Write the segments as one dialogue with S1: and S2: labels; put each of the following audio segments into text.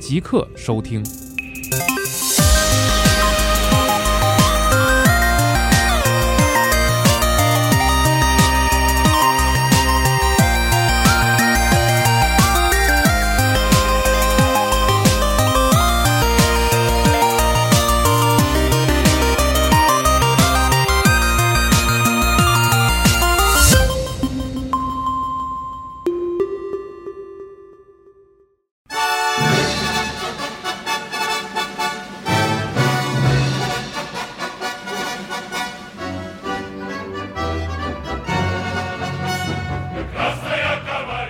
S1: 即刻收听。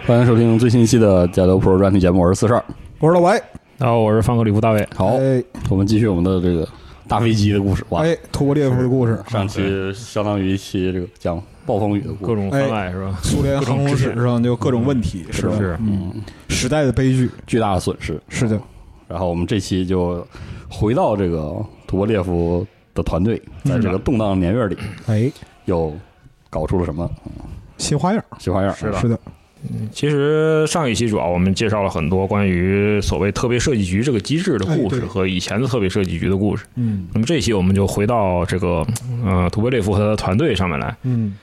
S2: 欢迎收听最新一期的《加州 Pro 专题节目》，我是四十二。
S3: 我是老白。
S4: 然后啊我是放克里夫大卫，
S2: 好，
S3: 哎
S2: 我们继续我们的这个大飞机的故事。哇，
S3: 哎，土国列夫的故事，
S2: 上期相当于一期这个讲暴风雨的故
S4: 各
S2: 事。
S4: 种番
S3: 哎
S4: 外是吧？
S3: 苏联航空史上就各种问题，是吧？
S4: 是
S3: 嗯，时代的悲剧，
S2: 巨大的损失。
S3: 是的，
S2: 然后我们这期就回到这个图波列夫的团队，在这个动荡的年月里
S3: 哎，
S2: 又搞出了什么
S3: 新花样，
S2: 新花样？
S4: 是的
S3: 是的，
S4: 其实上一期主要我们介绍了很多关于所谓特别设计局这个机制的故
S3: 哎对
S4: 事和以前的特别设计局的故事。
S3: 嗯
S4: 那么这一期我们就回到这个呃图波列夫和他的团队上面来。
S3: 嗯，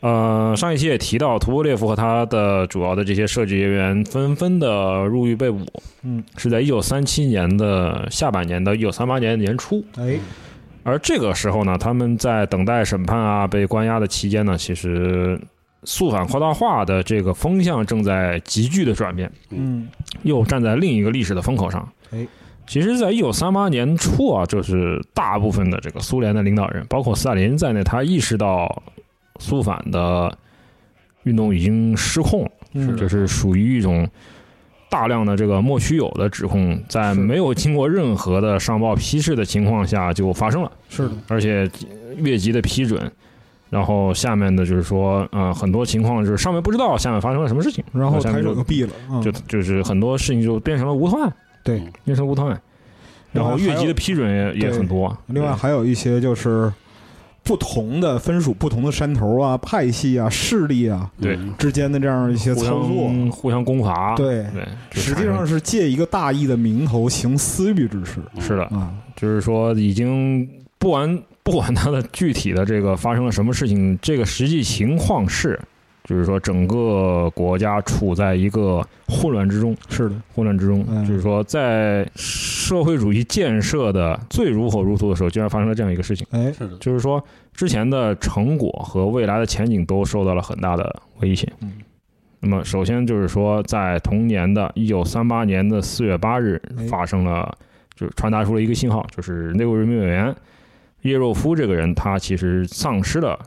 S4: 呃，上一期也提到图波列夫和他的主要的这些设计人员纷纷的入狱被捕，
S3: 嗯，
S4: 是在一九三七年的下半年到一九三八年年初。
S3: 哎，
S4: 而这个时候呢，他们在等待审判啊、被关押的期间呢，其实肃反扩大化的这个风向正在急剧的转变，
S3: 嗯，
S4: 又站在另一个历史的风口上。
S3: 哎，
S4: 其实，在一九三八年初啊，就是大部分的这个苏联的领导人，包括斯大林在内，他意识到肃反的运动已经失控了，
S3: 嗯
S4: 这是属于一种。大量的这个莫须有的指控，在
S3: 是
S4: 没有经过任何的上报批示的情况下就发生了。
S3: 是的，
S4: 而且越级的批准，然后下面的就是说，呃，很多情况就是上面不知道下面发生了什么事情，
S3: 然后
S4: 下
S3: 台
S4: 面
S3: 手
S4: 就
S3: 就毙了，嗯
S4: 就就是很多事情就变成了无头案，
S3: 对，
S4: 变成无头案，然后越级的批准也也
S3: 对
S4: 很多。
S3: 另外还有一些就是不同的分属不同的山头啊、派系啊、势力啊
S4: 对
S2: 嗯
S3: 之间的这样一些
S4: 对
S3: 操
S4: 互
S3: 作，
S4: 相啊互相攻伐，
S3: 对
S4: 对，就
S3: 实
S4: 产
S3: 际上是借一个大义的名头行私欲之事
S4: 是的，
S3: 啊，
S4: 就是说已经不管 不管它的具体的这个发生了什么事情，这个实际情况是，就是说整个国家处在一个混乱之中。
S3: 是的，
S4: 混乱之中，
S3: 嗯
S4: 就是说，在社会主义建设的最如火如荼的时候，居然发生了这样一个事情，
S3: 哎，
S2: 是的，
S4: 就是说，之前的成果和未来的前景都受到了很大的威胁。
S3: 嗯
S4: 那么，首先就是说，在同年的一九三八年的四月八日
S3: 哎，
S4: 发生了，就是传达出了一个信号，就是内务人民委员叶若夫这个人，他其实丧失了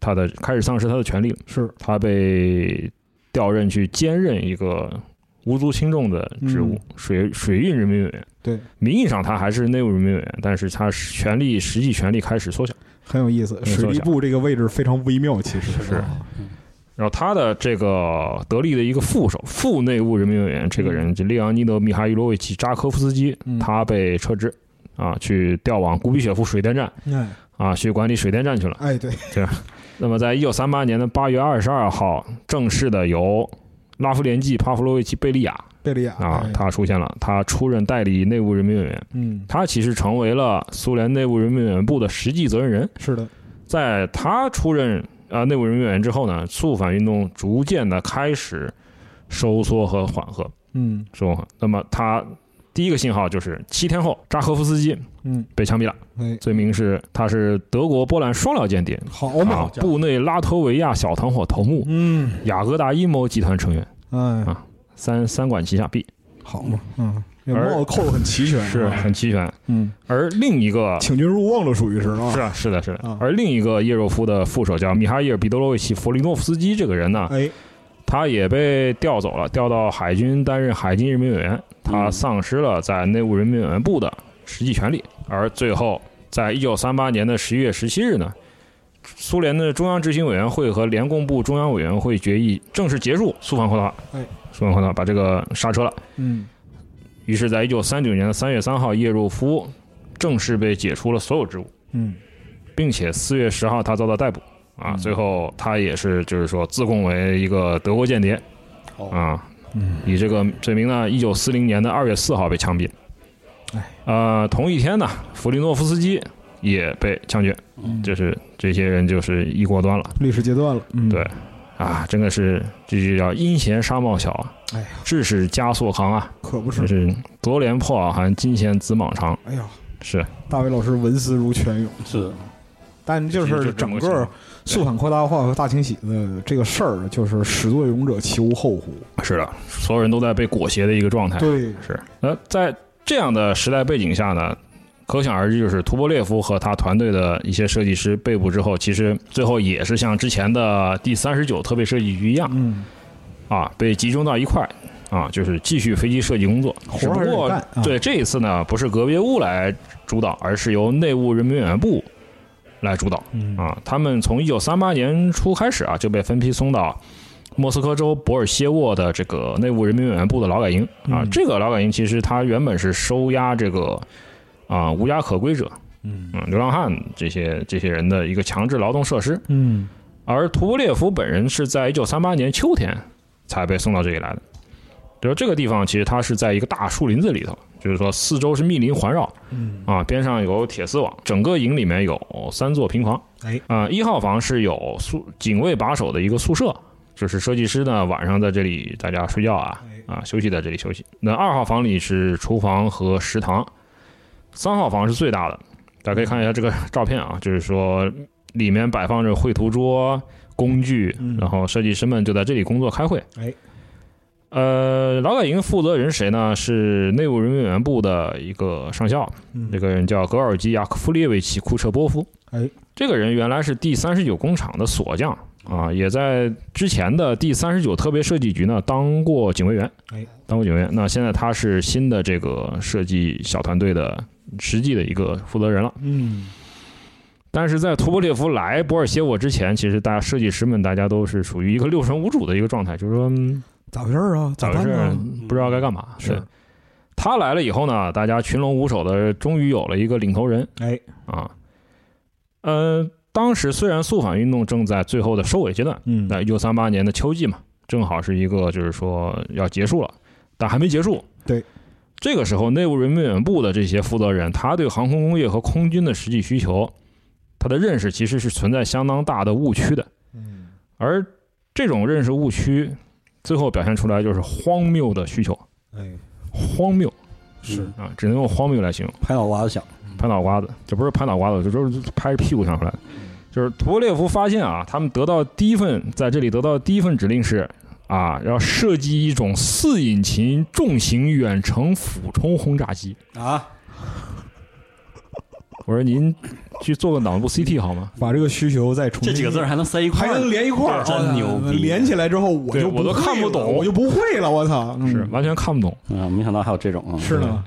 S4: 他的开始丧失他的权利了，
S3: 是
S4: 他被调任去兼任一个无足轻重的职务
S3: 嗯
S4: ——水水运人民委员。
S3: 对，
S4: 名义上他还是内务人民委员，但是他是权力实际权力开始缩小。
S3: 很有意思。
S4: 没错
S3: 水利部这个位置非常微妙，其实
S4: 是
S3: 啊
S4: 然后他的这个得力的一个副手，副内务人民委员这个人，这列昂尼德·米哈伊洛维奇·扎科夫斯基
S3: 嗯，
S4: 他被撤职啊，去调往古比雪夫水电站
S3: 哎
S4: 啊，去管理水电站去了。
S3: 哎，对，
S4: 那么，在一九三八年的八月二十二号，正式的由拉夫连季·帕夫洛维奇·贝利亚
S3: 贝利亚
S4: 啊
S3: 哎，
S4: 他出现了，他出任代理内务人民委员，
S3: 嗯，
S4: 他其实成为了苏联内务人民委员部的实际责任人。
S3: 是的，
S4: 在他出任啊、呃内务人民委员之后呢，肃反运动逐渐的开始收缩和缓和，
S3: 嗯
S4: 收缩和缓。那么他第一个信号就是七天后，扎科夫斯基
S3: 嗯，
S4: 被枪毙了，
S3: 哎，
S4: 罪名是他是德国波兰双料间谍，
S3: 好
S4: 啊
S3: 嘛，，
S4: 布内拉脱维亚小团伙头目，
S3: 嗯，
S4: 雅各达阴谋集团成员，啊
S3: 哎，
S4: 三三管齐下，毙，
S3: 好嘛，嗯，这
S4: 而
S3: 帽子扣得很齐全，
S4: 是
S3: 啊
S4: 很齐全。
S3: 嗯，
S4: 而另一个
S3: 请君入瓮了，属于是啊，
S4: 是啊，是的，是的
S3: 啊。
S4: 而另一个叶若夫的副手叫米哈伊尔·彼得罗维奇·弗林诺夫斯基，这个人呢，
S3: 哎，
S4: 他也被调走了，调到海军担任海军人民委员，他
S2: 嗯
S4: 丧失了在内务人民委员部的实际权利。而最后，在一九三八年的十一月十七日呢，苏联的中央执行委员会和联共部中央委员会决议正式结束苏防扩大，
S3: 哎
S4: 苏防扩大把这个刹车了。
S3: 嗯
S4: 于是，在一九三九年的三月三号，叶若夫正式被解除了所有职务，
S3: 嗯
S4: 并且四月十号他遭到逮捕。啊，
S2: 嗯
S4: 最后他也是就是说自供为一个德国间谍，
S2: 哦
S4: 啊，
S3: 嗯，
S4: 以这个罪名呢，一九四零年的二月四号被枪毙。
S3: 哎，
S4: 呃，同一天呢，弗里诺夫斯基也被枪决。
S3: 嗯
S4: 就是这些人就是一锅端了
S3: 历史阶段了，嗯，
S4: 对啊，真的是这就叫阴险杀冒小啊，
S3: 哎呀，嗯
S4: 致使枷锁扛啊，
S3: 可不，
S4: 就是是夺廉破袄寒，金钱子莽长。
S3: 哎呀，
S4: 是，
S3: 大卫老师文思如泉涌，
S2: 是
S3: 但就
S4: 其实
S3: 是
S4: 就这
S3: 整
S4: 么
S3: 个
S4: 个
S3: 肃反扩大化和大清洗的这个事儿，就是始作俑者其无后乎，
S4: 是的，所有人都在被裹挟的一个状态。
S3: 对，
S4: 是。那呃在这样的时代背景下呢，可想而知，就是图波列夫和他团队的一些设计师被捕之后，其实最后也是像之前的第三十九特备设计局一样
S3: 嗯，
S4: 啊，被集中到一块儿。啊，就是继续飞机设计工作，只
S3: 活儿
S4: 不
S3: 还是
S4: 过、
S3: 干啊
S4: 对这一次呢，不是格别乌来主导，而是由内务人民委员部来主导。
S3: 嗯
S4: 啊，他们从一九三八年初开始啊，就被分批送到莫斯科州博尔歇沃的这个内务人民委员部的劳改营啊。
S3: 嗯
S4: 这个劳改营其实它原本是收押这个啊无家可归者、
S3: 嗯
S4: 嗯流浪汉这些这些人的一个强制劳动设施，
S3: 嗯
S4: 而图波列夫本人是在一九三八年秋天才被送到这里来的。就是这个地方，其实它是在一个大树林子里头，就是说四周是密林环绕，
S3: 嗯，
S4: 啊，边上有铁丝网，整个营里面有三座平房。
S3: 哎，
S4: 啊，一号房是有宿警卫把守的一个宿舍，就是设计师呢晚上在这里大家睡觉啊
S3: 哎
S4: 啊休息在这里休息。那二号房里是厨房和食堂，三号房是最大的，大家可以看一下这个照片啊，就是说里面摆放着绘图桌、工具
S3: 嗯，
S4: 然后设计师们就在这里工作开会。
S3: 哎，
S4: 呃，劳改营负责人谁呢？是内务人民委员部的一个上校。
S3: 嗯
S4: 这个人叫格尔基亚科夫列维奇·库彻波夫。
S3: 哎，
S4: 这个人原来是第三十九工厂的锁匠啊，也在之前的第三十九特别设计局呢当过警卫员。
S3: 哎，
S4: 当过警卫员。那现在他是新的这个设计小团队的实际的一个负责人了。
S3: 嗯
S4: 但是在图波列夫来博尔歇沃之前，其实大家设计师们大家都是属于一个六神无主的一个状态，就是说嗯
S3: 咋回事儿啊？
S4: 咋回
S3: 办
S4: 事儿
S3: 呢？，
S4: 不知道该干嘛。对
S3: 是，
S4: 他来了以后呢，大家群龙无首的，终于有了一个领头人。
S3: 哎，
S4: 啊，呃，当时虽然肃反运动正在最后的收尾阶段，
S3: 嗯
S4: 在一九三八年的秋季嘛，正好是一个就是说要结束了，但还没结束。
S3: 对，
S4: 这个时候内务人民委员部的这些负责人，他对航空工业和空军的实际需求，他的认识其实是存在相当大的误区的，
S3: 嗯
S4: 而这种认识误区，最后表现出来就是荒谬的需求，
S3: 哎，
S4: 荒谬
S2: 是
S4: 啊，只能用荒谬来形容。
S2: 拍脑瓜子响，
S4: 拍脑瓜子，这不是拍脑瓜子，这都是拍着屁股想出来的。
S3: 嗯
S4: 就是图波列夫发现啊，他们得到第一份在这里得到第一份指令是啊，要设计一种四引擎重型远程俯冲轰炸机。
S2: 啊，
S4: 我说您去做个脑部 CT 好吗？
S3: 把这个需求再重
S2: 这
S3: 新
S2: 几个字儿还能塞一块
S3: 还
S2: 儿
S3: 能
S2: 呢，
S3: 连一块儿，
S2: 这真
S3: 哦
S2: 牛逼
S3: 连起来之后，我
S4: 啊对
S3: 就
S4: 我都
S3: 会
S4: 看不
S3: 了
S4: 懂
S3: 我就不会了，我操！嗯
S4: 是完全看不懂。
S2: 啊，没想到还有这种啊，
S3: 是呢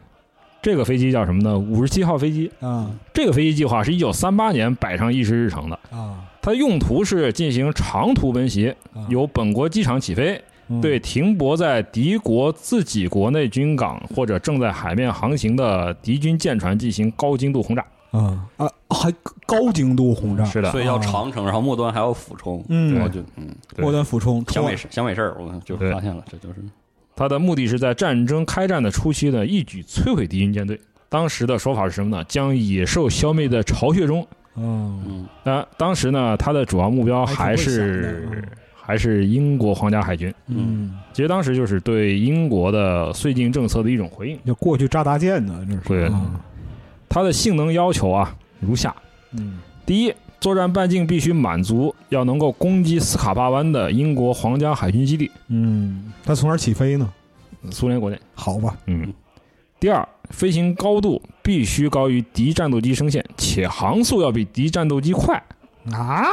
S4: 这个飞机叫什么呢？五十七号飞机。
S3: 啊
S4: 这个飞机计划是一九三八年摆上议事日程的，
S3: 啊，
S4: 它用途是进行长途奔袭，
S3: 啊嗯
S4: 由本国机场起飞，对，停泊在敌国自己国内军港或者正在海面航行的敌军舰船进行高精度轰炸。
S3: 嗯啊啊，还高精度轰炸，
S4: 是的，
S2: 所以要长城，然后末端还要俯冲，
S3: 嗯
S2: 我就啊嗯，
S4: 对
S3: 末端俯冲，
S2: 想
S3: 冲
S2: 美事想美事儿，我就
S4: 对
S2: 发现了，这就是
S4: 它的目的是在战争开战的初期呢，一举摧毁敌军舰队。当时的说法是什么呢？将野兽消灭在巢穴中。
S3: 嗯
S2: 嗯
S4: 那、当时呢，它的主要目标哦还
S3: 还挺会想的啊
S4: 是还是英国皇家海军。
S2: 嗯，
S3: 嗯，
S4: 其实当时就是对英国的绥靖政策的一种回应。
S3: 要过去扎大舰呢，这是
S4: 对
S3: 啊
S4: 它的性能要求啊如下：
S3: 嗯
S4: 第一，作战半径必须满足要能够攻击斯卡帕湾的英国皇家海军基地，
S3: 嗯，它从哪儿起飞呢？
S4: 苏联国内。
S3: 好吧，
S4: 嗯。第二，飞行高度必须高于敌战斗机啊升限，且航速要比敌战斗机快。
S3: 啊，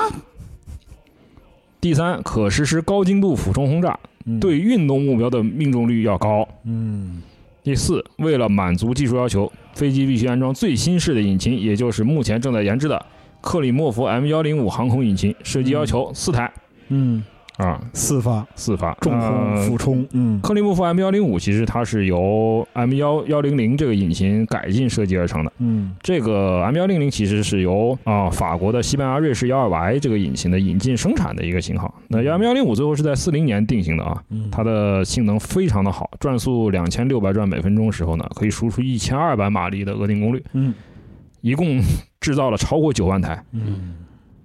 S4: 第三，可实施高精度俯冲轰炸，
S3: 嗯
S4: 对，运动目标的命中率要高。
S3: 嗯
S4: 第四，为了满足技术要求，飞机必须安装最新式的引擎，也就是目前正在研制的克里莫夫 M 幺零五航空引擎。设计要求四台
S3: 嗯，
S4: 啊，
S3: 四发
S4: 四发
S3: 重
S4: 呃
S3: 轰俯冲，嗯
S4: 克里莫夫 M 幺零五其实它是由 M 幺幺零零这个引擎改进设计而成的。
S3: 嗯
S4: 这个 M 幺零零其实是由啊、法国的西班牙、瑞士幺二 Y 这个引擎的引进生产的一个型号。那 M 幺零五最后是在四零年定型的啊，
S3: 嗯，
S4: 它的性能非常的好，转速两千六百转每分钟时候呢，可以输出一千二百马力的额定功率，
S3: 嗯
S4: 一共制造了超过九万台。
S3: 嗯，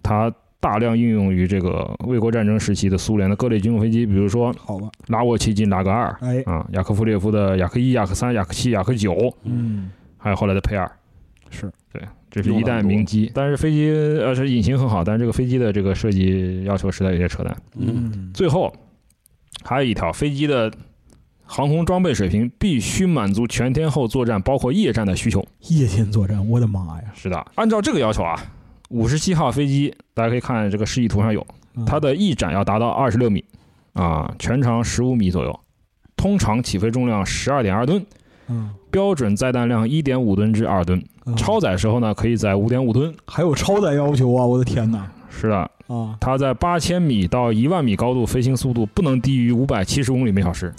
S4: 它大量应用于这个卫国战争时期的苏联的各类军用飞机，比如说
S3: 好吧，
S4: 拉沃奇金、拉格二
S3: 哎，
S4: 啊、雅科夫列夫的雅克一、雅克三、雅克七、雅克九，
S3: 嗯
S4: 还有后来的佩尔。
S3: 是，
S4: 对，这是一代名机，但是飞机呃是引擎很好，但是这个飞机的这个设计要求实在有些扯淡。
S2: 嗯，
S3: 嗯
S4: 最后还有一条，飞机的航空装备水平必须满足全天候作战，包括夜战的需求。
S3: 夜间作战，我的妈呀！
S4: 是的，按照这个要求啊，五十七号飞机大家可以看这个示意图上有，
S3: 嗯
S4: 它的翼展要达到二十六米啊，全长十五米左右，通常起飞重量十二点二吨，
S3: 嗯
S4: 标准载弹量一点五吨至二吨，
S3: 嗯
S4: 超载时候呢可以载五点五吨。
S3: 还有超载要求啊！我的天哪
S4: 是的，
S3: 啊！
S4: 它在八千米到一万米高度飞行速度不能低于五百七十公里每小时，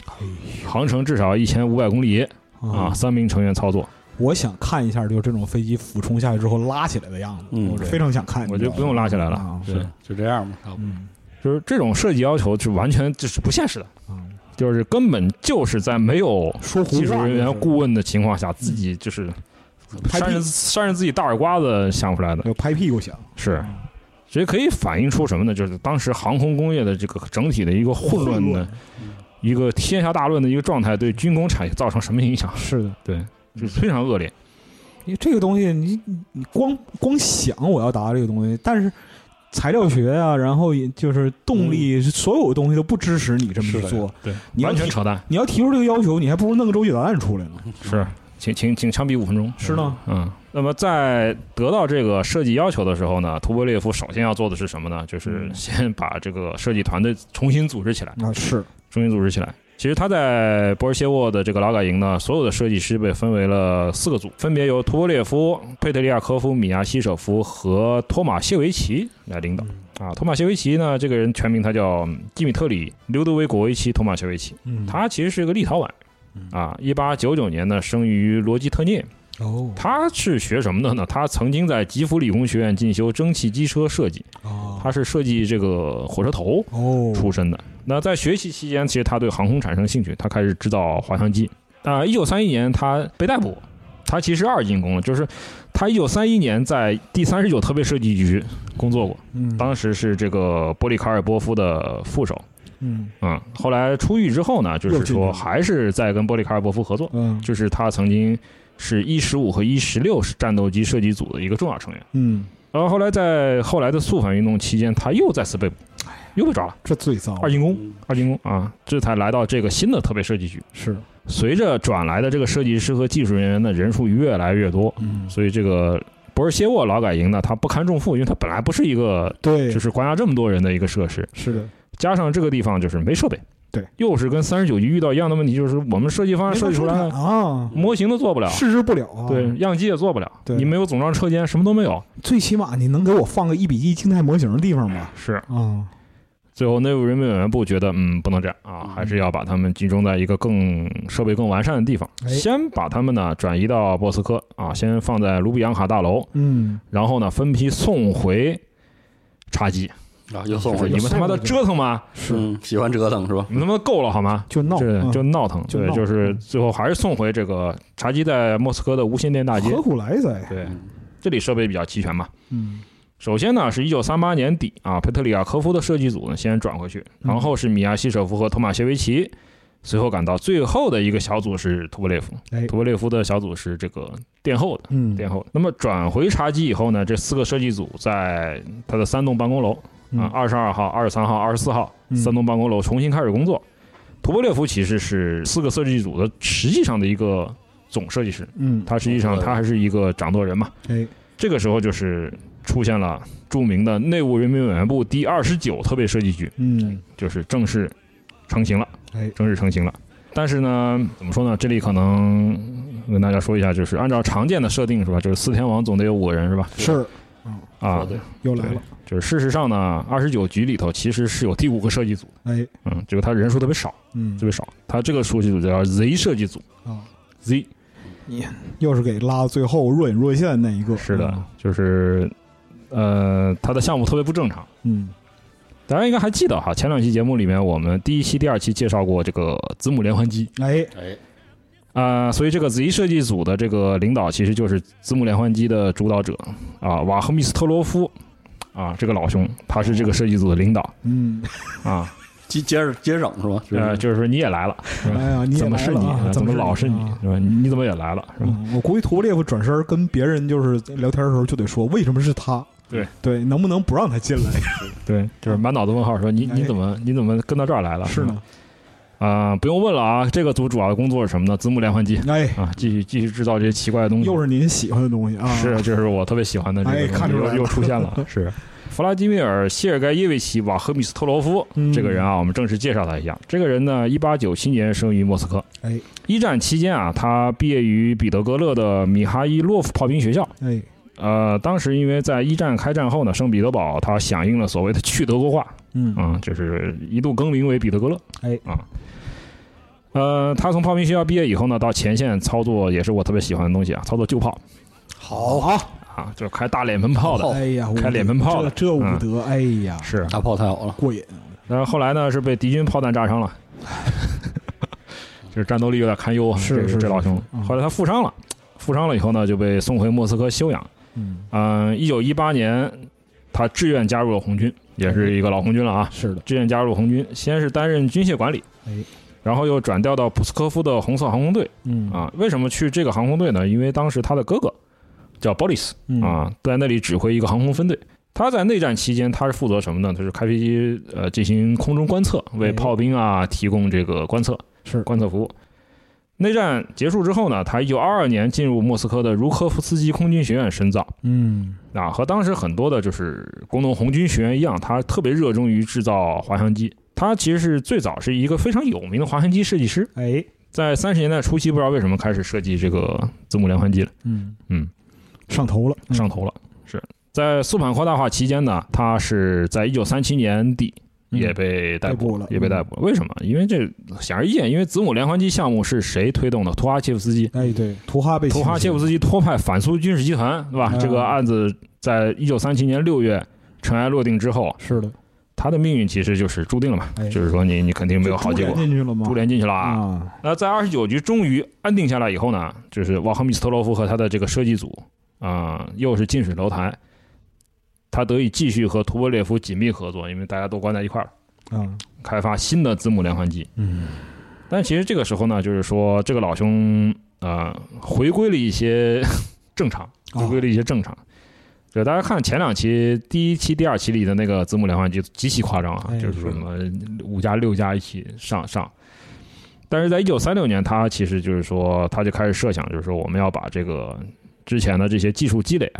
S4: 航程至少一千五百公里哎
S3: 嗯
S4: 啊。！三名成员操作，
S3: 我想看一下，就是这种飞机俯冲下去之后拉起来的样子，
S2: 嗯
S3: 我非常想看。
S4: 我觉得不用拉起来了，
S3: 了
S2: 是就这样吧，差不多。
S3: 啊嗯
S4: 就是这种设计要求是完全就是不现实的，
S3: 啊，
S4: 就是根本就是在没有
S3: 说胡
S4: 技术
S3: 话
S4: 人员顾问的情况下，自己就是
S3: 拍
S4: 扇
S3: 屁
S4: 着扇着自己大耳刮子想出来的，
S3: 有拍屁股响，
S4: 是。所以可以反映出什么呢？就是当时航空工业的这个整体的一个混乱的、一个天下大乱的一个状态，对军工产业造成什么 影响？
S3: 是的，
S4: 对，
S3: 嗯
S4: 就是非常恶劣。
S3: 你这个东西，你你你光光想我要达到这个东西，但是材料学啊，然后也就是动
S4: 嗯
S3: 力，所有东西都不支持你这么去
S2: 是的
S3: 做。
S4: 对，
S3: 你要
S4: 完全
S3: 提
S4: 扯淡。
S3: 你要提出这个要求，你还不如弄个洲际导弹出来呢。
S2: 嗯
S4: 是，哦请请请枪毙五分钟。
S3: 是呢，
S4: 嗯。那么在得到这个设计要求的时候呢，图波列夫首先要做的是什么呢？
S3: 嗯
S4: 就是先把这个设计团队重新组织起来，
S3: 啊，是，
S4: 重新组织起来。其实他在博尔谢沃的这个劳改营呢，所有的设计师被分为了四个组，分别由图波列夫、佩特利亚科夫、米亚西舍夫和托马谢维奇来领导。啊，托马谢维奇呢，这个人全名他叫基米特里·留德维果维奇·托马谢维奇。
S3: 嗯，
S4: 他其实是个立陶宛
S3: 嗯
S4: 啊，一八九九年呢生于罗基特涅。
S3: 哦，
S4: 他是学什么的呢？他曾经在吉夫理工学院进修蒸汽机车设计，
S3: 哦
S4: 他是设计这个火车头
S3: 哦，
S4: 出身的。那在学习期间，其实他对航空产生兴趣，他开始制造滑翔机。啊、1一九三一年他被逮捕，他其实二进宫了，就是他一九三一年在第三十九特别设计局工作过，
S3: 嗯，
S4: 当时是这个波利卡尔波夫的副手。
S3: 嗯
S4: 嗯，后来出狱之后呢，就
S3: 又
S4: 是
S3: 进去
S4: 说
S3: 了
S4: 还是在跟波利卡尔波夫合作，
S3: 嗯
S4: 就是他曾经是一十五和一十六战斗机设计组的一个重要成员。
S3: 嗯，
S4: 然后后来在后来的肃反运动期间，他又再次被捕，又被抓了，
S3: 这最糟，
S4: 二进宫，
S2: 嗯
S4: 二进宫啊，这才来到这个新的特别设计局。
S3: 是，
S4: 随着转来的这个设计师和技术人员的人数越来越多，
S3: 嗯，
S4: 所以这个博尔谢沃劳改营呢，它不堪重负，因为它本来不是一个
S3: 对，
S4: 就是关押这么多人的一个设施，
S3: 是的，
S4: 加上这个地方就是没设备，
S3: 对，
S4: 又是跟三十九级遇到一样的问题，就是我们设计方案设计出来
S3: 没法生产，啊，
S4: 模型都做不了，
S3: 试之不了啊。
S4: 对，，样机也做不了，
S3: 对
S4: 你没有总装车间，什么都没有，
S3: 最起码你能给我放个一比一静态模型的地方吧？
S4: 是。
S3: 啊，
S4: 最后内部人民委员部觉得，嗯，不能这样啊，还是要把他们集中在一个更设备更完善的地方，
S3: 哎
S4: 先把他们呢转移到莫斯科啊，先放在卢比扬卡大楼，
S3: 嗯，
S4: 然后呢分批送回。茶几，
S2: 啊，又送
S4: 就是
S2: 回去
S4: 你
S3: 又
S4: 们他妈的折腾吗？
S3: 是，
S2: 嗯，喜欢折腾是吧？
S4: 你们他妈够了好吗？
S3: 就闹，
S4: 这
S3: 嗯
S4: 就闹腾，
S3: 就
S4: 对，
S3: 闹
S4: 就是
S3: 嗯
S4: 最后还是送回这个茶几在莫斯科的无线电大街
S3: 何。苦来哉？
S4: 对，
S2: 嗯
S4: 这里设备比较齐全嘛。
S3: 嗯
S4: 首先呢，是一九三八年底啊，佩特里亚科夫的设计组呢先转回去，
S3: 嗯
S4: 然后是米亚西舍夫和托马谢维奇随后赶到，最后的一个小组是图波列夫
S3: 哎，
S4: 图波列夫的小组是这个殿后的，
S3: 嗯，
S4: 殿后的。那么转回茶几以后呢，这四个设计组在他的三栋办公楼
S3: 嗯
S4: 啊，，二十二号、二十三号、二十四号
S3: 嗯
S4: 三栋办公楼重新开始工作。图波列夫其实是四个设计组的实际上的一个总设计师，
S3: 嗯，
S4: 他实际上他还是一个掌舵人嘛。
S3: 哎，
S4: 这个时候就是出现了著名的内务人民委员部第二十九特别设计局，
S3: 嗯，
S4: 就是正式成型了，
S3: 哎
S4: 正式成型了。但是呢，怎么说呢？这里可能跟大家说一下，就是按照常见的设定是吧？就是四天王总得有五个人是吧？
S3: 是
S4: 啊，
S2: 对，
S3: 又来了，
S4: 就是事实上呢，二十九局里头其实是有第五个设计组，
S3: 哎，
S4: 嗯，这个他人数特别少，
S3: 嗯
S4: 特别少。他这个设计组叫 Z 设计组
S3: 啊，
S4: ，Z
S3: 又是给拉到最后若隐若现的那一个，
S4: 是的，嗯就是呃，他的项目特别不正常。
S3: 嗯，
S4: 大家应该还记得哈，前两期节目里面，我们第一期、第二期介绍过这个子母连环机
S3: 嗯，哎，
S2: 哎，
S4: 啊、所以这个 Z 设计组的这个领导其实就是子母连环机的主导者啊，瓦赫密斯特罗夫啊，这个老兄，他是这个设计组的领导
S3: 嗯，
S4: 啊，
S2: 接接着接上是吧？就
S4: 呃，
S2: 是
S4: 就是说你也来了，
S3: 哎呀，你也
S4: 怎么
S3: 来
S4: 是
S3: 了
S4: 你
S3: 啊？
S4: 啊？怎
S3: 么
S4: 么老是你
S3: 啊
S4: 是吧？你你怎么也来了是吧？
S3: 嗯，我估计图布列夫转身跟别人就是聊天的时候就得说，为什么是他？
S4: 对
S3: 对，能不能不让他进来？
S4: 对，就是满脑子问号，说你你怎么你怎么跟到这儿来了？
S3: 哎是呢，
S4: 啊、不用问了啊，这个组主要的工作是什么呢？子母连环机
S3: 哎，
S4: 啊，继续继续制造这些奇怪的东西。
S3: 又是您喜欢的东西啊？
S4: 嗯是，这是我特别喜欢的这个
S3: 哎
S4: 东西，
S3: 看出来
S4: 又
S3: 了
S4: 又出 现了。是弗拉基米尔·谢尔盖耶维奇·瓦赫米斯特罗夫、
S3: 嗯
S4: 这个人啊，我们正式介绍他一下。这个人呢，一八九七年生于莫斯科。
S3: 哎，
S4: 一战期间啊，他毕业于彼得格勒的米哈伊洛夫炮兵学校。
S3: 哎，
S4: 呃，当时因为在一战开战后呢，圣彼得堡它响应了所谓的去德国化，
S3: 嗯
S4: 啊、就是一度更名为彼得格勒。
S3: 哎
S4: 啊，呃，他从炮兵学校毕业以后呢，到前线操作也是我特别喜欢的东西啊，操作旧炮
S2: 好
S4: 啊，就是开大脸盆炮的。
S2: 好
S3: 哎呀，
S4: 开脸盆炮了
S3: 这这
S4: 嗯
S3: 武德，哎呀，
S4: 是，
S2: 大炮太好了，
S3: 过瘾。
S4: 然后后来呢是被敌军炮弹炸伤了， 就是战斗力有点堪忧啊，
S3: 是
S4: 这个
S3: 是
S4: 这老
S3: 是
S4: 兄
S3: 是。嗯
S4: 后来他负伤了，负伤了以后呢就被送回莫斯科休养。
S3: 嗯，
S4: 嗯，一九一八年他志愿加入了红军，也是一个老红军了啊。
S3: 是的，
S4: 志愿加入红军，先是担任军械管理，
S3: 哎，
S4: 然后又转调到普斯科夫的红色航空队
S3: 嗯
S4: 啊。为什么去这个航空队呢？因为当时他的哥哥叫 Boris
S3: 嗯，
S4: 啊，在那里指挥一个航空分队。他在内战期间，他是负责什么呢？他是开飞机，呃，进行空中观测，为
S3: 哎
S4: 炮兵啊提供这个观测
S3: 是
S4: 观测服务。内战结束之后呢，他一九二二年进入莫斯科的茹科夫斯基空军学院深造。
S3: 嗯，
S4: 啊，和当时很多的就是工农红军学员一样，他特别热衷于制造滑翔机。他其实是最早是一个非常有名的滑翔机设计师，
S3: 哎，
S4: 在三十年代初期，不知道为什么开始设计这个字母连环机了，
S3: 嗯
S4: 嗯，
S3: 上头了，嗯
S4: 上头了。是在苏盘扩大化期间呢，他是在一九三七年底也被逮
S3: 嗯逮捕
S4: 捕
S3: 了
S4: 也被逮捕了。为什么？因为这显而易见，因为子母连环机项目是谁推动的？图哈切夫斯基。
S3: 哎，对，图哈被
S4: 图哈切夫斯基托派反苏军事集团，对吧？
S3: 嗯
S4: 这个案子在一九三七年六月尘埃落定之后，
S3: 基是的，
S4: 他的命运其实就是注定了嘛，
S3: 哎
S4: 就是说你你肯定没有好结
S3: 就
S4: 果
S3: 株，连进去了吗？
S4: 株连进去了啊。
S3: 啊，
S4: 那在二十九局终于安定下来以后呢，就是瓦赫米斯特洛夫和他的这个设计组啊、又是近水楼台，他得以继续和图波列夫紧密合作，因为大家都关在一块儿了，
S3: 啊，
S4: 开发新的子母连环机。
S3: 嗯，
S4: 但其实这个时候呢，就是说这个老兄啊、回归了一些 正常，
S3: 哦
S4: 回归了一些正常。就大家看前两期，第一期、第二期里的那个字母连环机极其夸张啊，
S3: 哎
S4: 就是说什么五加六加一起上上。但是在一九三六年，他其实就是说，他就开始设想，就是说我们要把这个之前的这些技术积累，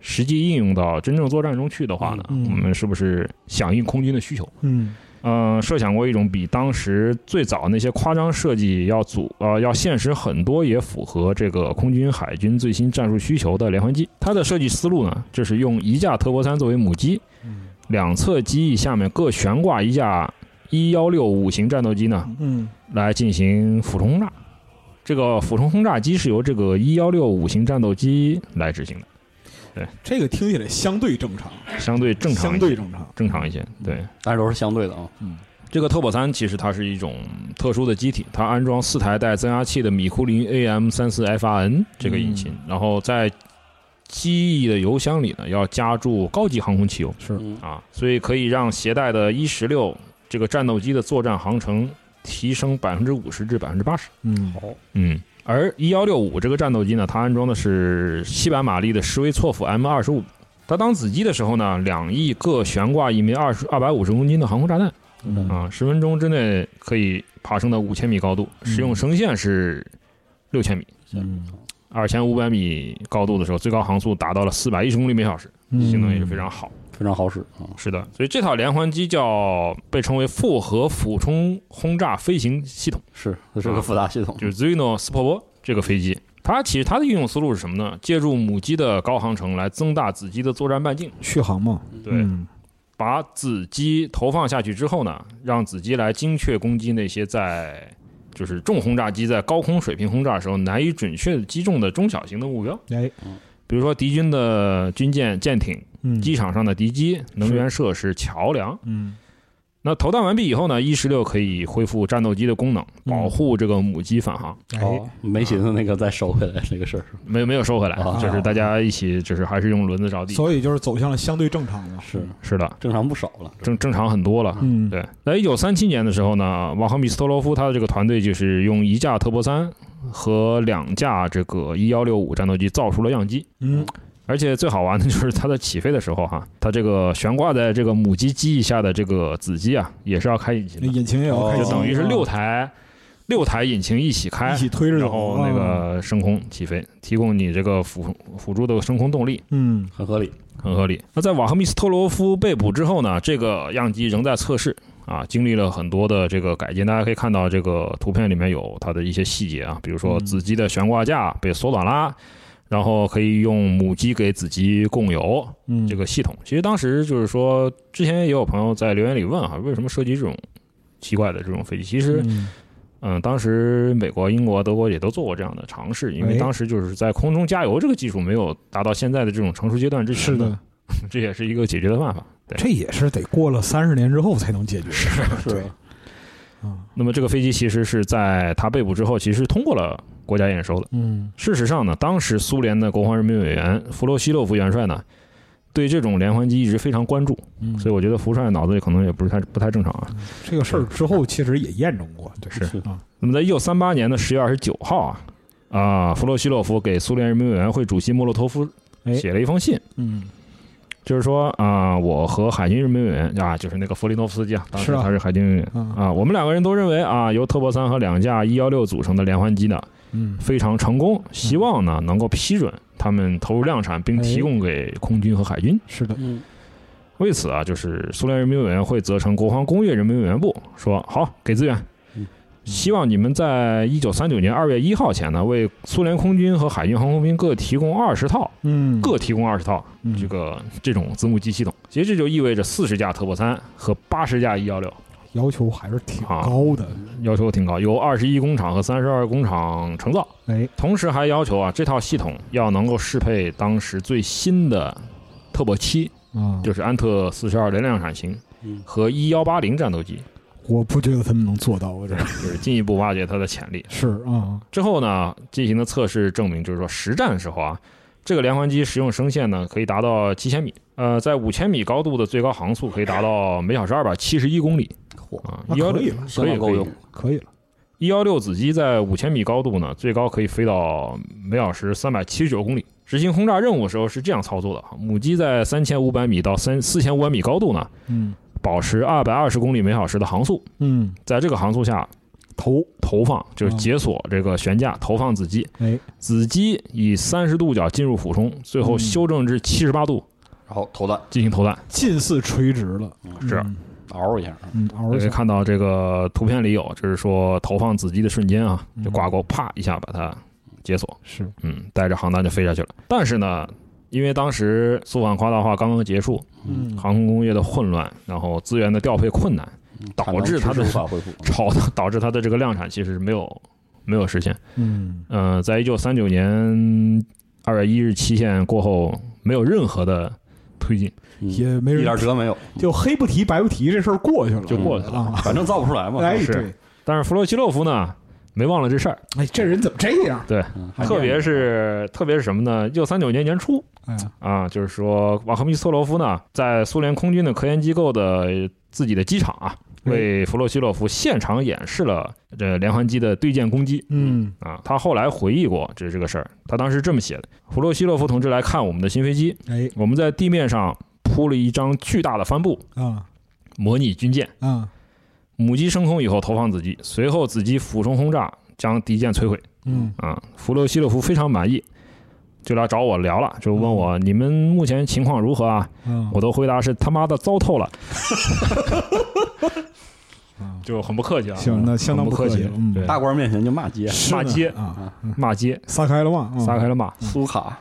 S4: 实际应用到真正作战中去的话呢，
S3: 嗯嗯
S4: 我们是不是响应空军的需求？
S3: 嗯，
S4: 嗯，设想过一种比当时最早那些夸张设计要组呃要现实很多，也符合这个空军海军最新战术需求的连环机。它的设计思路呢，就是用一架特波三作为母机，
S3: 嗯
S4: 两侧机翼下面各悬挂一架一幺六五型战斗机呢，
S3: 嗯，
S4: 来进行俯冲轰炸。这个俯冲轰炸机是由这个一幺六五型战斗机来执行的，
S3: 这个听起来相对正常，
S4: 相对正常
S3: 相
S4: 一些，
S3: 对正常，
S4: 正常一些，对。
S2: 但是都是相对的啊。
S4: 这个特保三其实它是一种特殊的机体，它安装四台带增压器的米库林 AM 三四 FRN 这个引擎，然后在机翼的油箱里呢要加注高级航空汽油
S3: 是
S2: 嗯，
S4: 啊，所以可以让携带的一十六这个战斗机的作战航程提升百分之五十至百分之八十。
S3: 嗯，
S4: 嗯，而一幺六五这个战斗机呢，它安装的是西百马力的施维措夫 M 二十五。它当子机的时候呢，两翼各悬挂一枚二十二百五十公斤的航空炸弹。
S3: 嗯
S4: 啊，十分钟之内可以爬升到五千米高度，使用
S3: 嗯
S4: 升限是六千米。
S2: 嗯
S4: 二千五百米高度的时候，最高航速达到了四百一十公里每小时，
S3: 嗯
S4: 性能也是非常好。
S2: 非常好使啊。
S4: 是的，所以这套连环机叫被称为复合俯冲轰炸飞行系统，
S2: 是，这是个复杂系统。
S4: 就是 Zeno 斯波波这个飞机。它其实它的运用思路是什么呢？借助母机的高航程来增大子机的作战半径。
S3: 续航嘛，
S4: 对，
S3: 嗯
S4: 把子机投放下去之后呢，让子机来精确攻击那些在就是重轰炸机在高空水平轰炸的时候难以准确击中的中小型的目标，
S3: 哎，
S4: 比如说敌军的军舰、舰艇、
S3: 嗯，
S4: 机场上的敌机、能源设施、桥梁。
S3: 嗯，
S4: 那投弹完毕以后呢，一十六可以恢复战斗机的功能，
S3: 嗯
S4: 保护这个母机返航，
S3: 哎，
S2: 哦，没寻思那个再收回来这个事儿，
S4: 没有没有收回来，
S2: 啊
S4: 就是大家一起就是还是用轮子着地。
S3: 哎所以就是走向了相对正常了，
S2: 是
S4: 是的，
S2: 正常不少了。
S4: 正正常很多了。
S3: 嗯，
S4: 对，在一九哎三七年的时候呢，瓦赫米斯托罗夫他的这个团队就是用一架特波三和两架这个一幺六五战斗机造出了样机。
S3: 嗯，
S4: 而且最好玩的就是它在起飞的时候哈、它这个悬挂在这个母机机翼下的这个子机啊，也是要开引擎
S3: 那
S4: 的，
S3: 引擎也要
S2: 哦
S3: 开机，
S4: 就等于是
S3: 啊
S4: 六台六台引擎一起嗯开
S3: 一，起推着
S4: 然
S3: 走，
S4: 后那
S3: 啊，
S4: 个升空起飞，提供你这个辅辅助的升空动力。
S3: 嗯，
S2: 很合理，
S4: 很合理。那在瓦赫米斯托罗夫被捕之后呢，这个样机仍在测试啊，经历了很多的这个改进。大家可以看到这个图片里面有它的一些细节啊，比如说
S3: 嗯
S4: 子机的悬挂架被缩短啦，然后可以用母机给子机供油
S3: 嗯，
S4: 这个系统。其实当时就是说，之前也有朋友在留言里问哈、为什么设计这种奇怪的这种飞机？其实，
S3: 嗯
S4: 嗯，当时美国、英国、德国也都做过这样的尝试，因为
S3: 哎
S4: 当时就是在空中加油这个技术没有达到现在的这种成熟阶段之前
S3: 嗯是
S4: 呢，
S3: 的，
S4: 这也是一个解决的办法。对，
S3: 这也是得过了三十年之后才能解决，是
S2: 是
S3: 啊，
S4: 那么这个飞机其实是在他被捕之后，其实是通过了国家验收的。
S3: 嗯
S4: 事实上呢，当时苏联的国防人民委员弗罗西洛夫元帅呢，对这种连环机一直非常关注，
S3: 嗯，
S4: 所以我觉得福帅脑子里可能也不是太不太正常啊。
S3: 这个事儿之后其实也验证过，对，
S4: 是
S3: 啊，
S4: 那么在一九三八年的十月二十九号啊，啊，弗罗西洛夫给苏联人民委员会主席莫洛托夫
S3: 哎
S4: 写了一封信，
S3: 嗯，
S4: 就是说啊、我和海军人民委员啊，就是那个弗林诺夫斯基啊，当时
S3: 是啊
S4: 他是海军人员
S3: 啊
S4: 啊，我们两个人都认为啊，由特波三和两架一幺六组成的连环机呢
S3: 嗯，
S4: 非常成功，希望呢能够批准他们投入量产，并
S3: 哎
S4: 提供给空军和海军。
S3: 是的，
S2: 嗯，
S4: 为此啊，就是苏联人民委员会责成国防工业人民委员部说好给资源
S2: 嗯。
S4: 希望你们在一九三九年二月一号前呢，为苏联空军和海军航空兵各提供二十套，
S3: 嗯，
S4: 各提供二十套
S3: 嗯
S4: 这个这种子母机系统。其实这就意味着四十架特波三和八十架一幺六，
S3: 要求还是挺
S4: 啊
S3: 高的，
S4: 要求挺高，由二十一工厂和三十二工厂承造。
S3: 哎，
S4: 同时还要求啊，这套系统要能够适配当时最新的特波七，
S3: 啊，
S4: 就是安特四十二的量产型
S2: 嗯
S4: 和一幺八零战斗机，
S3: 我不觉得他们能做到，我这
S4: 就是进一步挖掘它的潜力。
S3: 是啊，
S4: 之后呢，进行的测试证明，就是说实战时候啊，这个连环机使用声线呢可以达到七千米，呃，在五千米高度的最高航速可以达到每小时二百七十一公里
S2: 嚯，
S4: 啊，
S3: 那
S4: 幺
S3: 可以
S4: 六
S3: 了，
S2: 相当够用。
S3: 可以了，
S4: 一幺六子机在五千米高度呢，最高可以飞到每小时三百七十九公里。执行轰炸任务的时候是这样操作的：母机在三千五百米到三四千五百米高度呢，
S3: 嗯
S4: 保持二百二十公里每小时的航速，
S3: 嗯，
S4: 在这个航速下
S3: 头
S4: 投放，就是解锁这个悬架投放子机。
S3: 哎，
S4: 子机以三十度角进入俯冲，最后
S3: 嗯
S4: 修正至七十八度
S2: 然后投弹
S4: 进行投弹。
S3: 近似垂直了，
S4: 是啊哎
S3: 嗯
S2: 嗷一下，啊
S3: 嗯，嗷
S4: 大
S3: 一
S4: 家
S3: 下，
S4: 看到这个图片里有，就是说投放子机的瞬间啊，就
S3: 嗯
S4: 挂钩啪一下把它解锁。
S3: 是，
S4: 嗯，带着航弹就飞下去了。但是呢，因为当时苏反夸大化刚刚结束，
S3: 嗯，
S4: 航空工业的混乱，然后资源的调配困难，导致它
S2: 它
S4: 的
S2: 无法恢复。
S4: 超导致它的这个量产其实没有没有实现。
S3: 嗯，
S4: 嗯、在一九三九年二月一日期限过后，没有任何的推进，
S2: 嗯
S3: 也没
S2: 一
S3: 人
S2: 点辙没有，
S3: 就黑不提白不提，这事儿过去了，
S4: 就过去了。嗯
S3: 啊，
S2: 反正造不出来嘛。
S3: 哎，
S4: 是
S3: 对，
S4: 但是弗洛西洛夫呢，没忘了这事儿，
S3: 哎，这人怎么这样？
S2: 嗯
S4: 特别是特别是什么呢？一九三九年年初，
S3: 哎呀，
S4: 啊，就是说瓦赫米斯托罗夫呢，在苏联空军的科研机构的自己的机场啊，
S3: 嗯
S4: 为弗洛西洛夫现场演示了这连环机的对舰攻击。
S3: 嗯
S4: 啊，他后来回忆过这这个事儿，他当时这么写的：弗洛西洛夫同志来看我们的新飞机，
S3: 哎
S4: 我们在地面上铺了一张巨大的帆布，
S3: 啊
S4: 模拟军舰。
S3: 啊
S4: 母机升空以后投放子机，随后子机俯冲轰炸，将敌舰摧毁。
S3: 嗯
S4: 啊，弗洛西洛夫非常满意，就来找我聊了，就问我你们目前情况如何啊？
S3: 嗯，
S4: 我的回答是他妈的糟透了
S3: 嗯，
S4: 就很不客气啊，
S3: 行，那相当
S4: 很
S3: 不
S4: 不客
S3: 客气
S4: 气
S3: 了，嗯，
S4: 对
S2: 大官面前就骂街，
S3: 是呢
S4: 骂街
S3: 啊，
S4: 骂街，
S3: 撒开了嗯嘛，
S4: 撒开
S3: 了，
S4: 了骂，
S2: 苏卡，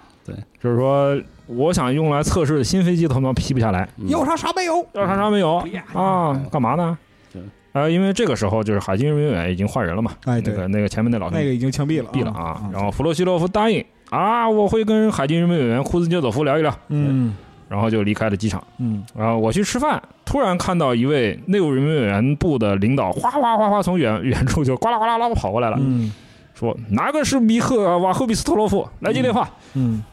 S4: 就是说我想用来测试新飞机，他妈批不下来，
S2: 嗯
S3: 要啥啥没有，
S4: 要啥啥没有啊？干嘛呢
S2: 对？
S4: 啊，因为这个时候就是海军人员已经换人了嘛，
S3: 哎，
S4: 那
S3: 对，
S4: 个那个前面那老兄
S3: 那个已经枪毙了，
S4: 毙了啊。然后弗洛西洛夫答应啊，我会跟海军人民委员库兹涅佐夫聊一聊，
S3: 嗯
S4: 然后就离开了机场。
S3: 嗯，
S4: 然后我去吃饭，突然看到一位内务人民委员部的领导哗哗哗哗从远远处就呱啦呱啦呱啦跑过来了，
S3: 嗯
S4: 说哪个是米赫瓦赫比斯托洛夫来接电话
S3: 嗯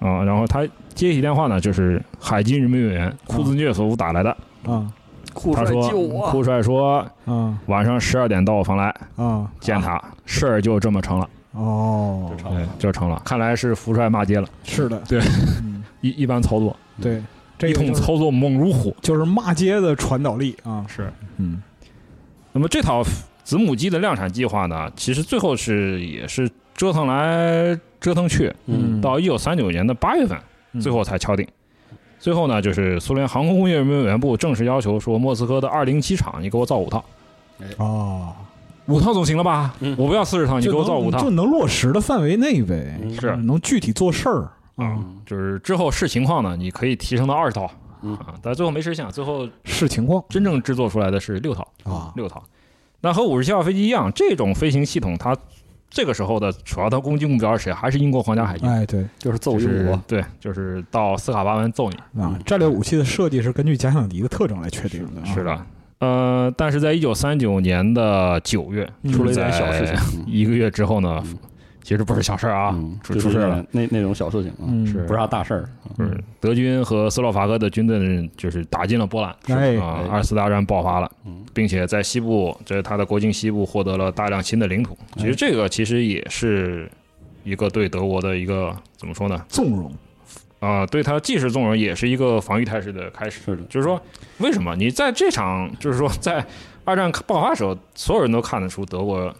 S4: 啊？然后他接起电话呢，就是海军人民委员库兹涅佐夫打来的，
S3: 啊
S2: 酷
S4: 他
S2: 帅
S4: 说
S2: 救我，
S4: 库帅说
S3: 啊
S4: 晚上十二点到我房来
S3: 啊，
S4: 见他，事儿就这么成了，
S3: 哦
S2: 就，成
S4: 对
S2: 了，
S4: 就成了。看来是福帅骂街了，
S3: 是的，
S4: 对
S3: 嗯，
S4: 一一般操作。
S3: 对，这
S4: 一
S3: 个
S4: 通
S3: 就是
S4: 操作猛如虎。
S3: 就是骂街的传导力啊，
S4: 是，
S3: 嗯
S4: 那么这套子母机的量产计划呢，其实最后是也是折腾来折腾去，
S3: 嗯
S4: 到一九三九年的八月份，
S3: 嗯
S4: 最后才敲定。最后呢，就是苏联航空工业人民委员部正式要求说，莫斯科的二零机场，你给我造五套，
S3: 哦，
S4: 五套总行了吧？
S2: 嗯
S4: 我不要四十套，你
S3: 就
S4: 给我
S3: 能
S4: 造五套
S3: 就。能落实的范围内呗，
S2: 嗯
S4: 是
S3: 能具体做事儿
S4: 啊、
S3: 啊，
S4: 就是之后视情况呢，你可以提升到二十套
S2: 嗯
S4: 啊，但最后没实现，最后
S3: 视情况
S4: 真正制作出来的是六套。
S3: 啊，
S4: 六套。那和五十七号飞机一样，这种飞行系统它这个时候的主要的攻击目标是谁？还是英国皇家海军？
S3: 哎，对
S2: 就是揍
S4: 就
S2: 英
S4: 是
S2: 国，
S4: 对，就是到斯卡巴文揍你。
S3: 啊
S2: 嗯，
S3: 战略武器的设计是根据假想敌的特征来确定的，啊
S4: 是的，呃，但是在一九三九年的九月，
S3: 嗯
S2: 出了一点小事。情，
S4: 一个月之后呢
S2: 嗯，
S4: 其实不是小事儿啊，
S2: 嗯
S4: 出
S2: 就是
S4: 出事儿
S2: 那
S4: 了。
S2: 那那种小事情啊，
S3: 嗯
S4: 是
S2: 不是啥大事儿，
S4: 就是德军和斯洛伐克的军队就是打进了波兰，
S3: 哎
S4: 啊
S2: 哎，
S4: 二次大战爆发了
S2: 嗯，
S4: 并且在西部，在它的国境西部获得了大量新的领土。其实这个其实也是一个对德国的一个怎么说呢？
S3: 纵容，
S4: 啊、对它既是纵容，也是一个防御态势的开始。
S2: 是的，
S4: 就是说，为什么你在这场，就是说在二战爆发时候，所有人都看得出德国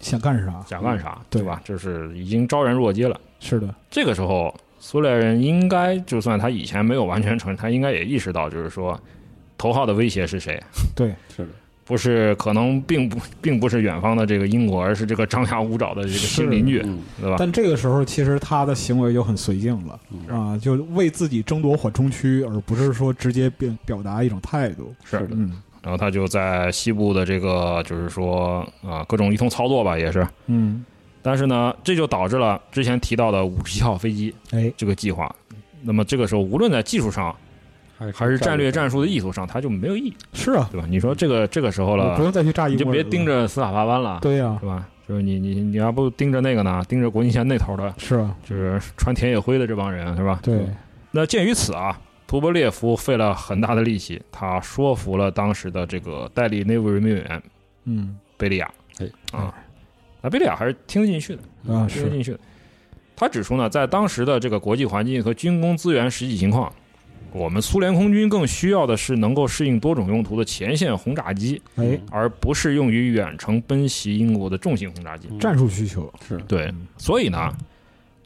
S3: 想干啥？
S4: 想干啥，
S3: 对
S4: 嗯对吧？就是已经昭然若揭了。
S3: 是的，
S4: 这个时候，苏联人应该就算他以前没有完全承认，他应该也意识到，就是说头号的威胁是谁，
S3: 对，
S2: 是的，
S4: 不是可能并不 并不是远方的这个英国，而是这个张牙舞爪的这个新邻居，
S2: 嗯，
S4: 对吧？
S3: 但这个时候其实他的行为就很随性了
S2: 嗯
S3: 啊，就为自己争夺缓冲区，而不是说直接表表达一种态度。
S4: 是
S2: 是的，
S3: 嗯
S4: 然后他就在西部的这个，就是说啊、各种一通操作吧，也是。
S3: 嗯，
S4: 但是呢，这就导致了之前提到的五十七号飞机
S3: 哎，
S4: 这个计划。那么这个时候，无论在技术上还是战略战术的意图上，它就没有意义，
S3: 是啊，
S4: 对吧？你说这个这个时候
S3: 我不
S4: 了，
S3: 用再去炸一，
S4: 你就别盯。着斯卡帕湾了，
S3: 对啊呀，
S4: 是吧？就是你你你要不盯着那个呢，盯着国境线那头的，
S3: 是啊，
S4: 就是穿田野灰的这帮人，是吧？
S3: 对，
S4: 那鉴于此啊，图波列夫费了很大的力气，他说服了当时的这个代理内务人民委员
S3: 嗯
S4: 贝利亚。
S2: 哎
S4: 啊，那贝利亚还是听得进去的，
S3: 啊
S4: 听得
S3: 是，
S4: 进去的。他指出呢，在当时的这个国际环境和军工资源实际情况，我们苏联空军更需要的是能够适应多种用途的前线轰炸机，
S3: 哎，
S4: 而不是用于远程奔袭英国的重型轰炸机。
S3: 战术需求，
S2: 嗯
S3: 嗯
S2: 是
S4: 对，所以呢，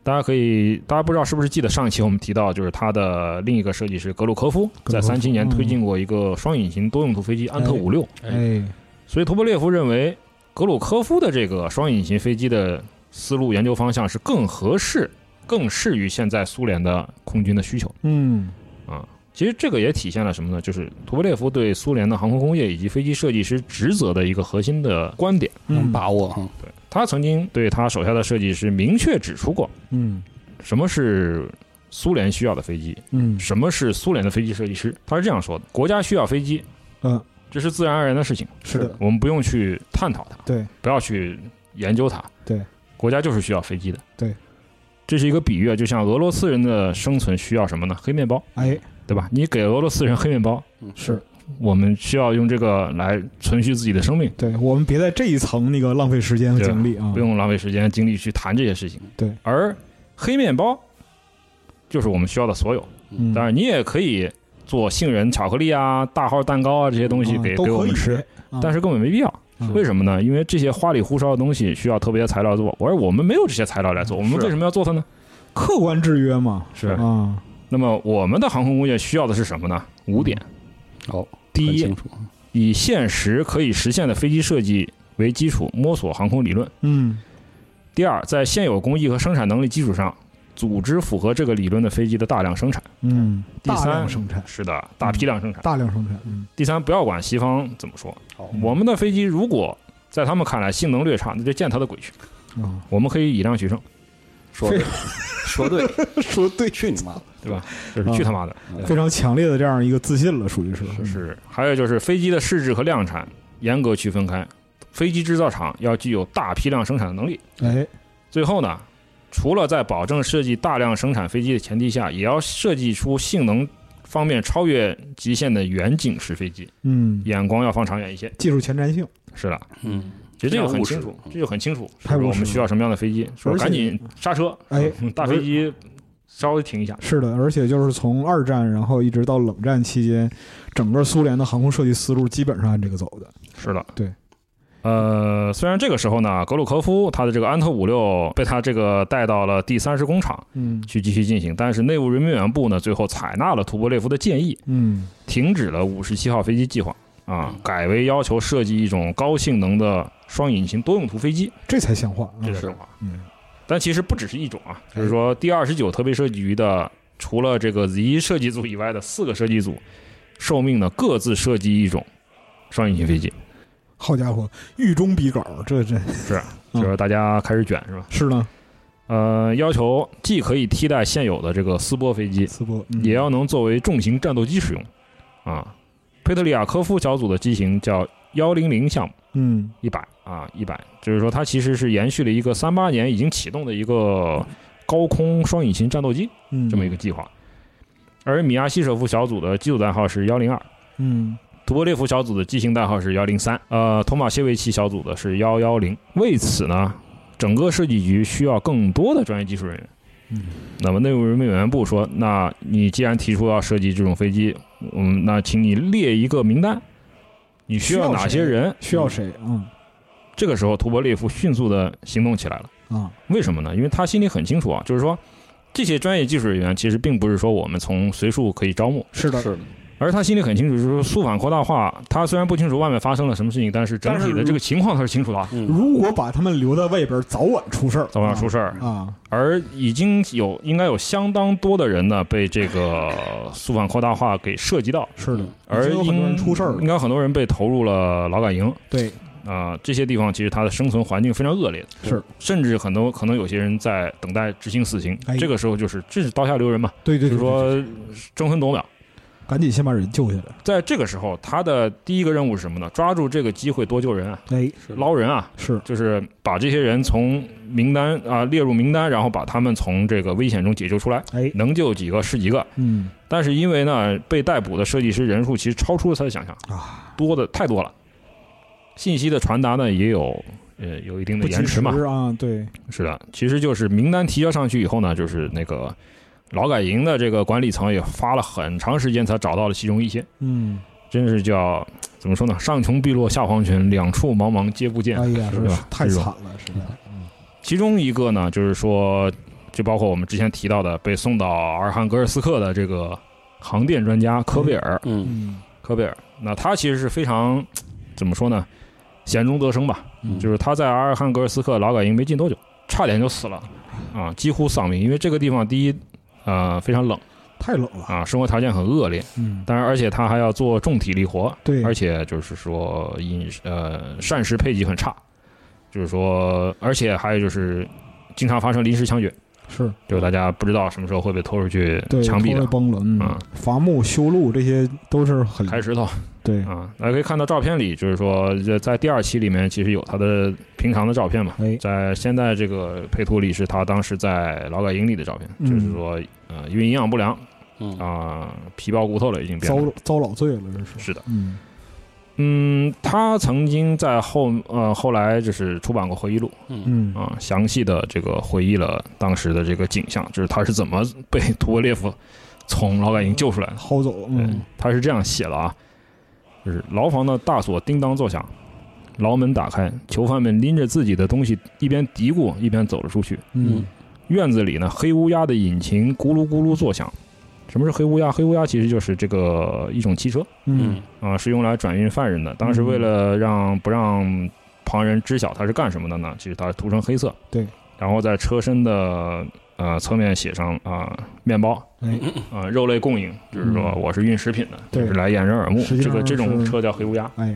S4: 大家可以，大家不知道是不是记得上一期我们提到，就是他的另一个设计师格鲁科夫
S3: 格鲁科夫
S4: 在三七年
S3: 嗯
S4: 推进过一个双引擎多用途飞机安特
S3: 哎
S4: 五六，
S3: 哎，
S4: 所以图波列夫认为格鲁科夫的这个双引擎飞机的思路研究方向是更合适、更适于现在苏联的空军的需求
S3: 嗯
S4: 啊。其实这个也体现了什么呢？就是图波列夫对苏联的航空工业以及飞机设计师职责的一个核心的观点。
S2: 能
S3: 嗯
S2: 把啊握哈，
S4: 对他曾经对他手下的设计师明确指出过，
S3: 嗯
S4: 什么是苏联需要的飞机，
S3: 嗯
S4: 什么是苏联的飞机设计师。他是这样说的：国家需要飞机，
S3: 嗯，
S4: 这是自嗯然而然的事情，
S3: 是的，
S4: 我们不用去探讨它，
S3: 对，
S4: 不要去研究它。
S3: 对，
S4: 国家就是需要飞机的。
S3: 对，
S4: 这是一个比喻啊，就像俄罗斯人的生存需要什么呢？黑面包，
S3: 哎
S4: 对吧？你给俄罗斯人黑面包，
S2: 嗯
S3: 是
S4: 我们需要用这个来存续自己的生命，
S3: 对，我们别在这一层那个浪费时间和精力啊，
S4: 不用浪费时间精力去谈这些事情。
S3: 对，
S4: 而黑面包就是我们需要的所有。
S3: 嗯，
S4: 当然，你也可以做杏仁巧克力啊、大号蛋糕啊这些东西
S3: 啊
S4: 给、
S3: 都
S4: 给
S3: 可
S4: 我们
S3: 以
S4: 吃，，
S3: 啊
S4: 但是根本没必要。
S3: 嗯
S4: 为什么呢？因为这些花里胡哨的东西需要特别的材料做，而我们没有这些材料来做，我们
S2: 是
S4: 为什么要做它呢？
S3: 客观制约嘛，
S2: 是
S3: 啊，
S4: 那么我们的航空工业需要的是什么呢？五点：
S2: 好，
S4: 第
S2: 很
S4: 一
S2: 清，楚，啊
S4: 以现实可以实现的飞机设计为基础，摸索航空理论；
S3: 嗯
S4: 第二，在现有工艺和生产能力基础上，组织符合这个理论的飞机的大量生产；
S3: 嗯，
S4: 第
S3: 大
S4: 三
S3: 量生产，
S4: 是的，大批量生产；
S3: 大量生产，嗯
S4: 第三，不要管西方怎么说，
S2: 好，
S4: 我们的飞机如果在他们看来性能略差，那就见他的鬼去。
S3: 啊，
S4: 我们可以以量取胜，
S2: 说对， 说对，说对，去你妈的！
S4: 这是去他妈的！
S3: 非常强烈的这样一个自信了，属于是
S4: 是，还有就是飞机的试制和量产严格区分开，飞机制造厂要具有大批量生产的能力。
S3: 哎，
S4: 最后呢，除了在保证设计大量生产飞机的前提下，也要设计出性能方面超越极限的远景式飞机，
S3: 嗯，
S4: 眼光要放长远一些。
S3: 技术前瞻性，
S4: 是的，
S2: 嗯，
S4: 其实这个很
S2: 务实
S4: 清楚，这就很清楚，是
S3: 太
S4: 不是
S3: 务
S4: 我
S3: 实
S4: 们需要什么样的飞机？说
S3: 而且
S4: 赶紧刹车，
S3: 哎，
S4: 嗯大飞机稍微停一下。
S3: 是的，而且就是从二战，然后一直到冷战期间，整个苏联的航空设计思路基本上按这个走的。
S4: 是的，
S3: 对。
S4: 呃，虽然这个时候呢，格鲁科夫他的这个安特五六被他这个带到了第三十工厂
S3: 嗯
S4: 去继续进行，但是内务人民委员部呢，最后采纳了图波列夫的建议，
S3: 嗯
S4: 停止了五十七号飞机计划啊，改为要求设计一种高性能的双引擎多用途飞机。，
S3: 这才像话。嗯
S4: 这
S3: 哎
S4: 个
S2: 是
S4: 计划
S3: 嗯
S4: 但其实不只是一种啊，就是说第二十九特别设计局的除了这个 Z 设计组以外的四个设计组，受命呢各自设计一种双引擎飞机，
S3: 好家伙，狱中笔稿，这 这嗯
S4: 就是大家开始卷是吧？
S3: 是呢，
S4: 呃，要求既可以替代现有的这个斯波飞机，
S3: 斯波嗯
S4: 也要能作为重型战斗机使用啊。佩特里亚科夫小组的机型叫幺零零项目。
S3: 嗯
S4: 一百啊，一百，就是说它其实是延续了一个三八年已经启动的一个高空双引擎战斗机
S3: 嗯
S4: 这么一个计划。而米亚西舍夫小组的机组代号是幺零二，
S3: 嗯
S4: 图波列夫小组的机型代号是幺零三，呃，托马谢维奇小组的是幺幺零。为此呢，整个设计局需要更多的专业技术人员。
S3: 嗯，
S4: 那么内务人民委员部说，那你既然提出要设计这种飞机，嗯，那请你列一个名单，你需要
S3: 需要
S4: 哪
S3: 谁
S4: 些人？
S3: 需要谁？嗯
S4: 这个时候，图波列夫迅速的行动起来了。
S3: 啊
S4: 为什么呢？因为他心里很清楚啊，就是说，这些专业技术人员其实并不是说我们从随处可以招募，
S3: 是的，
S2: 是的，
S4: 而他心里很清楚，就是说肃反扩大化，他虽然不清楚外面发生了什么事情，但是整体的这个情况他是清楚的啊，
S2: 嗯，
S3: 如果把他们留在外边，早晚出事儿，
S4: 早晚要出事儿。
S3: 啊。
S4: 而已经有应该有相当多的人呢，被这个肃反扩大化给涉及到，
S3: 是的
S2: 嗯，
S4: 而
S3: 已经有很多人
S4: 应
S3: 出事儿了
S4: 应该有很多人被投入了劳改营。
S3: 对，
S4: 啊、这些地方其实它的生存环境非常恶劣，
S3: 是，
S4: 甚至很多可能有些人在等待执行死刑，
S3: 哎
S4: 这个时候就是这是刀下留人嘛，
S3: 对对，
S4: 就是
S3: 对，对
S4: 说争分夺秒。
S3: 赶紧先把人救下来。
S4: 在这个时候，他的第一个任务是什么呢？抓住这个机会多救人啊，
S3: 哎，
S4: 捞人啊，
S3: 是
S4: 就是把这些人从名单啊、列入名单，然后把他们从这个危险中解救出来，
S3: 哎，
S4: 能救几个是几个。
S3: 嗯
S4: 但是因为呢，被逮捕的设计师人数其实超出了他的想象，
S3: 啊，
S4: 多的太多了，信息的传达呢也有呃有一定的
S3: 不及
S4: 延迟嘛，
S3: 啊，对，
S4: 是的，其实就是名单提交上去以后呢，就是那个劳改营的这个管理层也花了很长时间才找到了其中一些，
S3: 嗯，
S4: 真是叫怎么说呢？上穷碧落下黄泉，两处茫茫皆不见。
S3: 哎呀，
S4: 是
S3: 真是
S4: 吧
S3: 太
S4: 这
S3: 惨
S4: 种
S3: 了，实在，
S4: 其中一个呢，就是说，就包括我们之前提到的被送到阿尔汉格尔斯克的这个航电专家科贝尔，
S2: 嗯
S3: 嗯
S4: 科贝尔，那他其实是非常怎么说呢？险中得生吧，
S2: 嗯，
S4: 就是他在阿尔汉格尔斯克劳改营没进多久，差点就死了，啊，几乎丧命。因为这个地方第一，呃，非常冷
S3: 太冷了，
S4: 啊，生活条件很恶劣，
S3: 嗯，
S4: 当然而且他还要做重体力活，
S3: 对，
S4: 而且就是说饮食呃膳食配给很差，就是说，而且还有就是经常发生临时枪决，
S3: 是
S4: 就是大家不知道什么时候会被拖出去
S3: 对，
S4: 枪毙
S3: 头
S4: 的
S3: 被，崩了，嗯
S4: 啊，
S3: 伐木、修路这些都是很
S4: 开石头。
S3: 对，
S4: 啊，大家可以看到照片里，就是说在在第二期里面其实有他的平常的照片嘛，
S3: 哎，
S4: 在现在这个配图里是他当时在劳改营里的照片，就是
S3: 嗯
S4: 说呃因为营养不良
S2: 嗯
S4: 啊、皮包骨头了已经变
S3: 遭
S4: 了。
S3: 遭老罪了，这是，
S4: 是的，
S3: 嗯，
S4: 嗯，他曾经在后呃后来就是出版过回忆录
S2: 嗯
S3: 嗯，
S4: 啊、详细的这个回忆了当时的这个景象，就是他是怎么被图波列夫从劳改营救出来的。
S3: 薅走，
S4: 对
S3: 嗯，
S4: 他是这样写的啊，就是牢房的大锁叮当作响，牢门打开，囚犯们拎着自己的东西，一边嘀咕一边走了出去。
S3: 嗯
S4: 院子里呢，黑乌鸦的引擎咕噜咕噜作响。什么是黑乌鸦？黑乌鸦其实就是这个一种汽车
S3: 嗯
S4: 啊、是用来转运犯人的。当时为了让不让旁人知晓它是干什么的呢，其实它涂成黑色，
S3: 对，
S4: 然后在车身的呃侧面写上啊、面包，
S3: 哎
S4: 啊、肉类供应，就是说我是运食品的，
S3: 嗯对
S4: 就是来掩人耳目。
S3: 实际
S4: 这
S3: 上
S4: 个这种
S3: 是
S4: 车叫黑乌鸦。
S3: 哎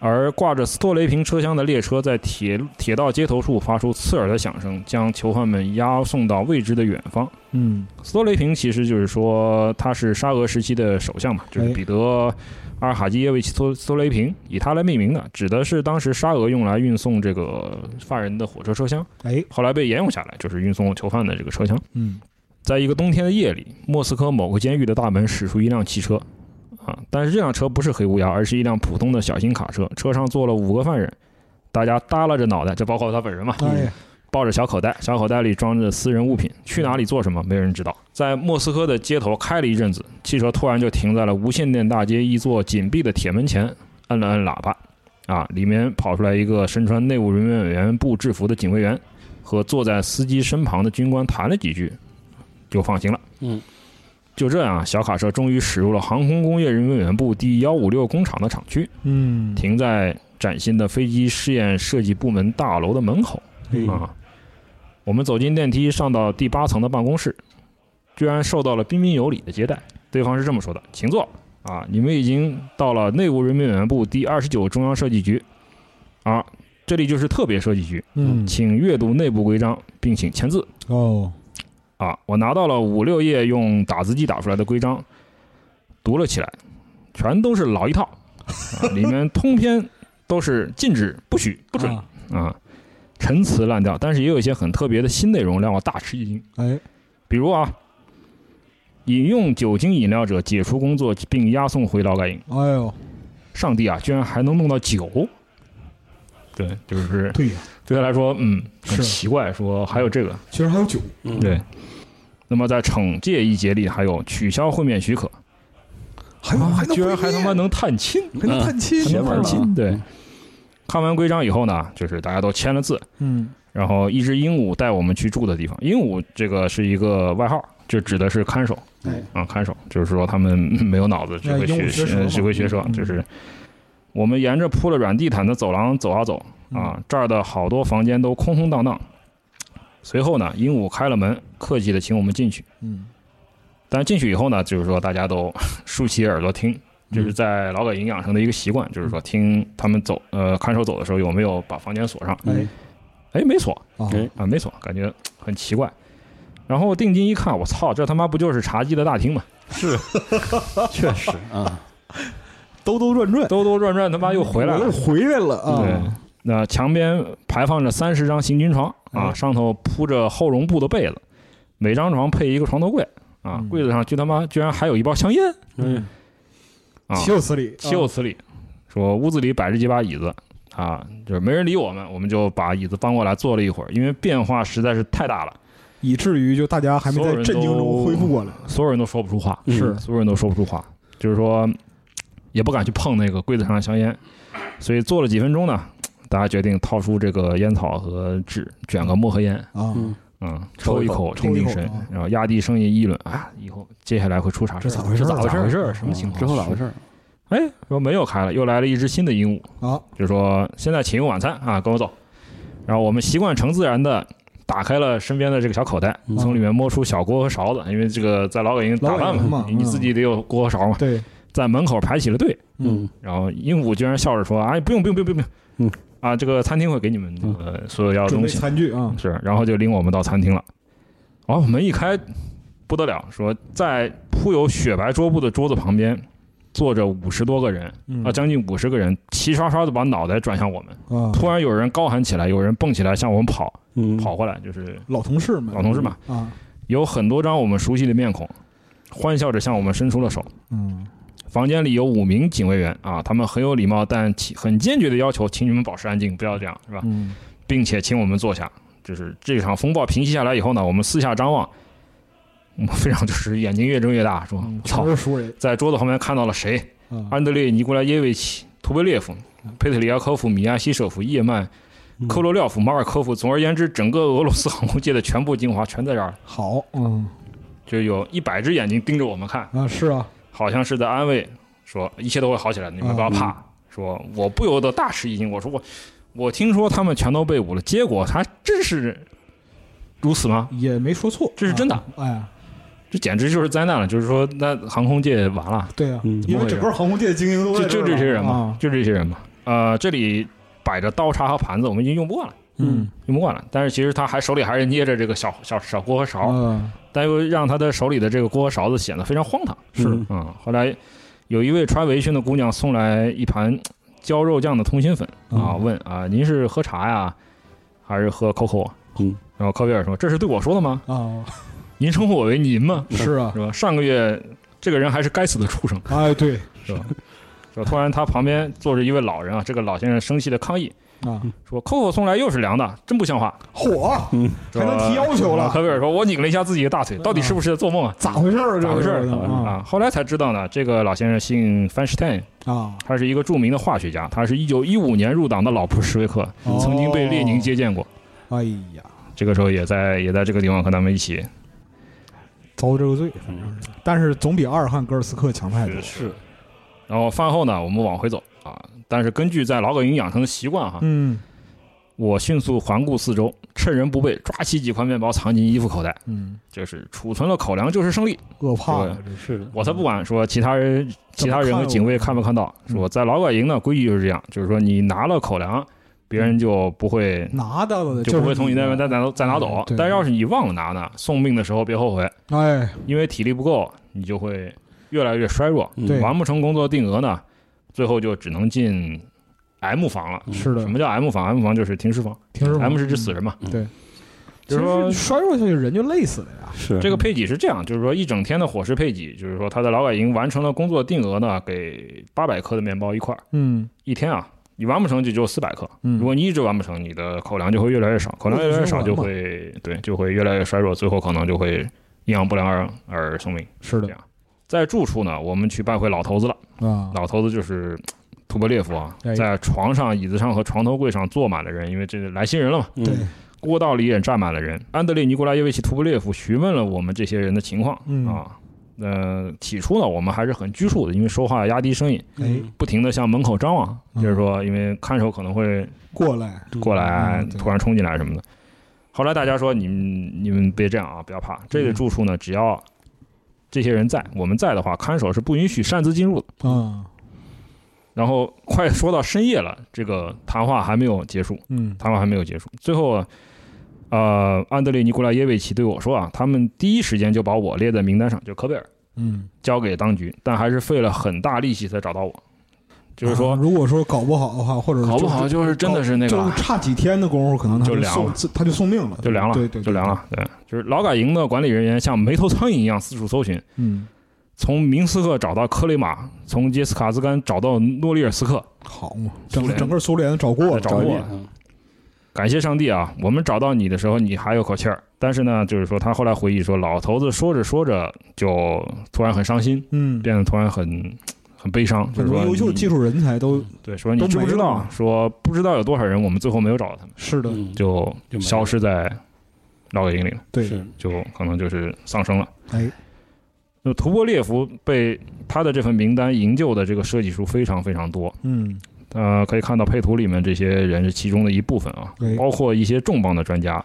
S4: 而挂着斯托雷平车厢的列车在铁铁道街头处发出刺耳的响声，将囚犯们押送到未知的远方。
S3: 嗯
S4: 斯托雷平其实就是说他是沙俄时期的首相嘛，就是
S3: 哎
S4: 彼得·阿尔哈基耶维奇·斯托雷平，以他来命名的，指的是当时沙俄用来运送这个犯人的火车车厢，
S3: 哎
S4: 后来被沿用下来，就是运送囚犯的这个车厢。
S3: 嗯
S4: 在一个冬天的夜里，莫斯科某个监狱的大门驶出一辆汽车，啊，但是这辆车不是黑乌鸦，而是一辆普通的小型卡车，车上坐了五个犯人，大家耷拉着脑袋，这包括他本人嘛，
S3: 哎
S4: 抱着小口袋，小口袋里装着私人物品，去哪里做什么，没有人知道。在莫斯科的街头开了一阵子，汽车突然就停在了无线电大街一座紧闭的铁门前，按了按喇叭，啊，里面跑出来一个身穿内务人员委员部制服的警卫员，和坐在司机身旁的军官谈了几句，就放行了。
S2: 嗯，
S4: 就这样啊，小卡车终于驶入了航空工业人员委员部第幺五六工厂的厂区，
S3: 嗯
S4: 停在崭新的飞机试验设计部门大楼的门口。
S2: 嗯
S3: 哎
S4: 啊，我们走进电梯，上到第八层的办公室，居然受到了彬彬有礼的接待。对方是这么说的：“请坐啊，你们已经到了内务人民委员部第二十九中央设计局啊，这里就是特别设计局，
S3: 嗯
S4: 请阅读内部规章，并请签字
S3: 哦
S4: 啊。”我拿到了五六页用打字机打出来的规章，读了起来，全都是老一套，啊、里面通篇都是禁止、不许、不准。
S3: 啊
S4: 啊，陈词滥调，但是也有一些很特别的新内容让我大吃一惊。
S3: 哎
S4: 比如啊，饮用酒精饮料者解除工作并押送回劳改营。
S3: 哎呦
S4: 上帝啊，居然还能弄到酒！对，就是
S3: 对呀，
S4: 对他来说，嗯，很
S3: 是
S4: 奇怪，说还有这个。
S3: 居然还有酒
S2: 嗯，
S4: 对，那么在惩戒一节里还有取消会面许可，啊
S3: 还有啊还能
S4: 居然
S3: 回
S4: 还
S3: 忆
S4: 他妈能探亲，
S3: 还能探亲
S2: 嗯邪门儿
S4: 探
S2: 了
S4: 亲。对
S2: 嗯，
S4: 看完规章以后呢，就是大家都签了字，
S3: 嗯
S4: 然后一只鹦鹉带我们去住的地方。鹦鹉这个是一个外号，就指的是看守，
S3: 哎
S4: 啊，看守就是说他们嗯没有脑子，只
S3: 哎
S4: 会
S3: 鹦鹉
S4: 学
S3: 学舌嘛
S4: 只会学舌，
S3: 嗯
S4: 就是我们沿着铺了软地毯的走廊走啊走
S3: 嗯
S4: 啊，这儿的好多房间都空空荡荡。随后呢，鹦鹉开了门，客气的请我们进去。
S3: 嗯
S4: 但进去以后呢，就是说大家都 竖起耳朵听，就是
S3: 嗯
S4: 在劳改营养成的一个习惯，就是说听他们走，呃，看守走的时候有没有把房间锁上？
S3: 哎
S4: 哎，没锁，
S3: 啊
S2: 哎
S4: 啊，没锁，感觉很奇怪。然后定睛一看，我操，这他妈不就是茶几的大厅吗？
S2: 是，确实啊，
S3: 兜兜转转
S4: 兜兜转转，他妈又回来
S3: 我又
S4: 了。
S3: 回来了
S4: 对
S3: 啊，
S4: 那墙边排放着三十张行军床啊，
S3: 哎
S4: 上头铺着厚绒布的被子，每张床配一个床头柜啊，
S3: 嗯
S4: 柜子上居他妈居然还有一包香烟
S2: 嗯，
S4: 啊！
S3: 岂有此理
S4: 岂有此理！说屋子里摆着几把椅子啊，就是没人理我们，我们就把椅子搬过来坐了一会儿，因为变化实在是太大了，
S3: 以至于就大家还没在震惊中恢复过来。
S4: 所有人都说不出话。
S2: 嗯
S3: 是
S4: 所有人都说不出话，就是说也不敢去碰那个柜子上的香烟，所以坐了几分钟呢，大家决定掏出这个烟草和纸卷个墨盒烟，
S3: 啊，
S2: 嗯
S4: 嗯，
S2: 抽
S4: 抽
S2: 一
S4: 一
S2: 口
S4: 口定定
S3: 抽一
S4: 神
S3: 口啊，
S4: 然后压低声音议论啊，以后接下来会出啥事儿？
S3: 这咋回事啊
S4: 这咋回
S3: 咋回事
S4: 事？什么情况？
S2: 之后咋回？事？
S4: 哎，说没有开了，又来了一只新的鹦鹉，
S3: 啊，
S4: 就说现在请用晚餐啊，跟我走。然后我们习惯成自然的打开了身边的这个小口袋，
S2: 嗯
S4: 从里面摸出小锅和勺子，因为这个在劳改营打
S3: 劳
S4: 饭
S3: 改营嘛
S4: 你
S3: 嗯
S4: 自己得有锅和勺嘛。
S3: 对，
S4: 在门口排起了队，
S2: 嗯，
S4: 然后鹦鹉居然笑着说：“哎，不用不用不用不用，
S2: 嗯
S4: 啊，这个餐厅会给你们
S2: 嗯
S4: 呃所有要的
S3: 准
S4: 东
S3: 备
S4: 西。
S3: 餐具啊”，
S4: 是，然后就领我们到餐厅了。哦，门一开，不得了，说在铺有雪白桌布的桌子旁边坐着五十多个人，
S3: 嗯
S4: 啊，将近五十个人，齐刷刷的把脑袋转向我们。
S3: 啊，
S4: 突然有人高喊起来，有人蹦起来向我们跑
S2: 嗯，
S4: 跑过来，就是
S3: 老同事们，
S4: 老同志嘛，
S3: 啊，
S4: 有很多张我们熟悉的面孔，欢笑着向我们伸出了手。
S3: 嗯
S4: 房间里有五名警卫员啊，他们很有礼貌，但其很坚决的要求，请你们保持安静，不要这样，是吧？
S3: 嗯，
S4: 并且请我们坐下。就是这场风暴平息下来以后呢，我们四下张望，我们非常就是眼睛越睁越大，说
S3: 嗯，全
S4: 操
S3: 都，是熟人
S4: 在桌子旁边看到了谁？
S3: 啊，
S4: 安德烈·尼古拉耶维奇·图贝列夫，佩特里亚科夫、米亚西舍夫、叶曼、科罗廖夫、马尔科夫。总而言之，整个俄罗斯航空界的全部精华全在这儿了，
S3: 好，嗯
S4: 就有一百只眼睛盯着我们看，
S3: 啊是啊，
S4: 好像是在安慰说一切都会好起来，你们不要怕。说我不由得大吃一惊，我说我我听说他们全都被捕了，结果他真是如此吗？
S3: 也没说错，
S4: 这是真的
S3: 啊，哎呀，
S4: 这简直就是灾难了！就是说，那航空界完了，
S3: 对啊，
S2: 嗯
S3: 因为整个航空界的精英都
S4: 就
S3: 在
S4: 就
S3: 儿
S4: 这
S3: 了
S4: 些人嘛
S3: 啊，，
S4: 就这些人嘛。呃，这里摆着刀叉和盘子，我们已经用不惯了，
S3: 嗯
S4: 用不惯了。但是其实他还手里还是捏着这个小小小锅和勺，
S3: 嗯
S4: 但又让他的手里的这个锅和勺子显得非常荒唐。
S2: 是
S4: 嗯，后来有一位穿围裙的姑娘送来一盘浇肉酱的通心粉啊，
S3: 嗯
S4: 问啊，您是喝茶呀，还是喝 COCO 啊？
S2: 嗯，
S4: 然后科威尔说：“这是对我说的吗？
S3: 啊
S4: 您称呼我为您吗？
S3: 是啊，
S4: 是吧？上个月这个人还是该死的畜生，
S3: 哎对
S4: 是吧？是吧？突然他旁边坐着一位老人啊，这个老先生生气的抗议
S3: 啊，
S4: 说：“COCO 送来又是凉的，真不像话，
S3: 火啊
S4: 是
S3: 还
S4: 吧
S3: 能提要求了
S4: 科威尔说：“我拧了一下自己的大腿，到底是不是在做梦啊？
S3: 咋回事儿啊？
S4: 咋回事
S3: 这
S4: 儿
S3: 个
S4: 啊？”后来才知道呢，这个老先生姓 f e n s t e i n
S3: 啊
S4: 他是一个著名的化学家，他是一九一五年入党的老布什维克，
S3: 哦
S4: 嗯曾经被列宁接见过。
S3: 哎呀，
S4: 这个时候也在也在这个地方和他们一起，
S3: 遭这个罪，反正是，但是总比阿尔汉戈尔斯克强太多。
S4: 是。然后饭后呢，我们往回走啊，但是根据在老葛营养成的习惯哈，
S3: 嗯
S4: 我迅速环顾四周，趁人不备，抓起几块面包藏进衣服口袋。
S3: 嗯，
S4: 就是储存了口粮就是胜利，
S3: 饿怕了，
S2: 是的，
S4: 我才不管说其他人、其他人和警卫看不看到。
S3: 嗯
S4: 说在老葛营呢，规矩就是这样，就是说你拿了口粮，别
S3: 嗯
S4: 人就不会
S3: 拿到了
S4: 就不会从你那边
S3: 的
S4: 再拿再拿走
S3: 嗯。对
S4: 但要是你忘了拿呢，送命的时候别后悔，
S3: 哎，
S4: 因为体力不够，你就会越来越衰弱，
S2: 嗯
S3: 对
S4: 完不成工作定额呢，最后就只能进 M 房了。
S3: 是的
S4: 嗯什，么叫 M 房？M 房就是停尸房
S3: 停尸房
S4: ，M 是指死人嘛。
S2: 嗯
S3: 对，
S4: 就是说
S3: 其实衰弱下去人就累死了呀。
S2: 是
S4: 这个配给是这样，就是说一整天的伙食配给，就是说他在劳改营完成了工作定额呢，给八百克的面包一块儿，
S3: 嗯
S4: 一天啊，你完不成就只有四百克，
S3: 嗯，
S4: 如果你一直完不成，你的口粮就会越来越少，口粮越来越少就会对，就会越来越衰弱，最后可能就会营养不良而而生病。
S3: 是的
S4: 这样在住处呢，我们去拜会老头子了。
S3: 啊，
S4: 老头子就是图波列夫啊
S3: 哎，
S4: 在床上、椅子上和床头柜上坐满了人，因为这来新人了嘛。
S2: 嗯
S3: 对，
S4: 过道里也站满了人。安德烈·尼古拉耶维奇·图波列夫询问了我们这些人的情况、
S3: 嗯
S4: 啊。呃，起初呢，我们还是很拘束的，因为说话要压低声音，
S3: 哎，
S2: 嗯
S4: 不停的向门口张望，
S3: 嗯
S4: 就是说，因为看守可能会
S3: 过来，
S4: 过来
S3: 嗯，对
S4: 突然冲进来什么的。后来大家说：“你们你们别这样啊，不要怕。这个
S3: 嗯
S4: 住处呢，只要这些人在，我们在的话，看守是不允许擅自进入的。
S3: 嗯”
S4: 然后快说到深夜了，这个谈话还没有结束，
S3: 嗯
S4: 谈话还没有结束。最后啊，呃，安德烈·尼古拉耶维奇对我说啊，他们第一时间就把我列在名单上，就科贝尔
S3: 嗯，
S4: 交给当局，但还是费了很大力气才找到我。就是
S3: 啊
S4: 说，
S3: 如果说搞不好的话，或者是
S4: 好不
S3: 就
S4: 好，就是真的是那个
S3: 就
S4: 了
S3: 差几天的功夫，可能他
S4: 就凉
S3: 送
S4: 了
S3: 自他就送命了，
S4: 就凉了，
S3: 对对，
S4: 就凉。了。对，就是劳改营的管理人员像没头苍蝇一样四处搜寻，
S3: 嗯，
S4: 从明斯克找到克里马，从杰斯卡兹甘找到诺里尔斯克。
S3: 好嘛，整个
S4: 苏联
S3: 整个苏联找过了，
S4: 找
S2: 找
S4: 过
S2: 你
S4: 了，感谢上帝啊，我们找到你的时候，你还有口气儿。但是呢，就是说他后来回忆说，老头子说着说着就突然很伤心，
S3: 嗯，
S4: 变得突然很很悲伤，就
S3: 很
S4: 是
S3: 多
S4: 说
S3: 优秀的
S4: 你嗯
S3: 技术人才都
S4: 对，说你
S3: 都
S4: 知不
S3: 没
S4: 知
S3: 了
S4: 道
S3: 嘛？
S4: 说不知道有多少人，我们最后没有找到他们，
S3: 是的，
S2: 嗯
S4: 就
S2: 就没了
S4: 消失在劳改营里了，
S3: 对，
S2: 是
S4: 就可能就是丧生了。
S3: 哎，
S4: 那图波列夫被他的这份名单营救的这个设计书非常非常多，
S3: 嗯
S4: 呃，可以看到配图里面这些人是其中的一部分啊
S2: 哎
S3: 对，
S4: 包括一些重磅的专家。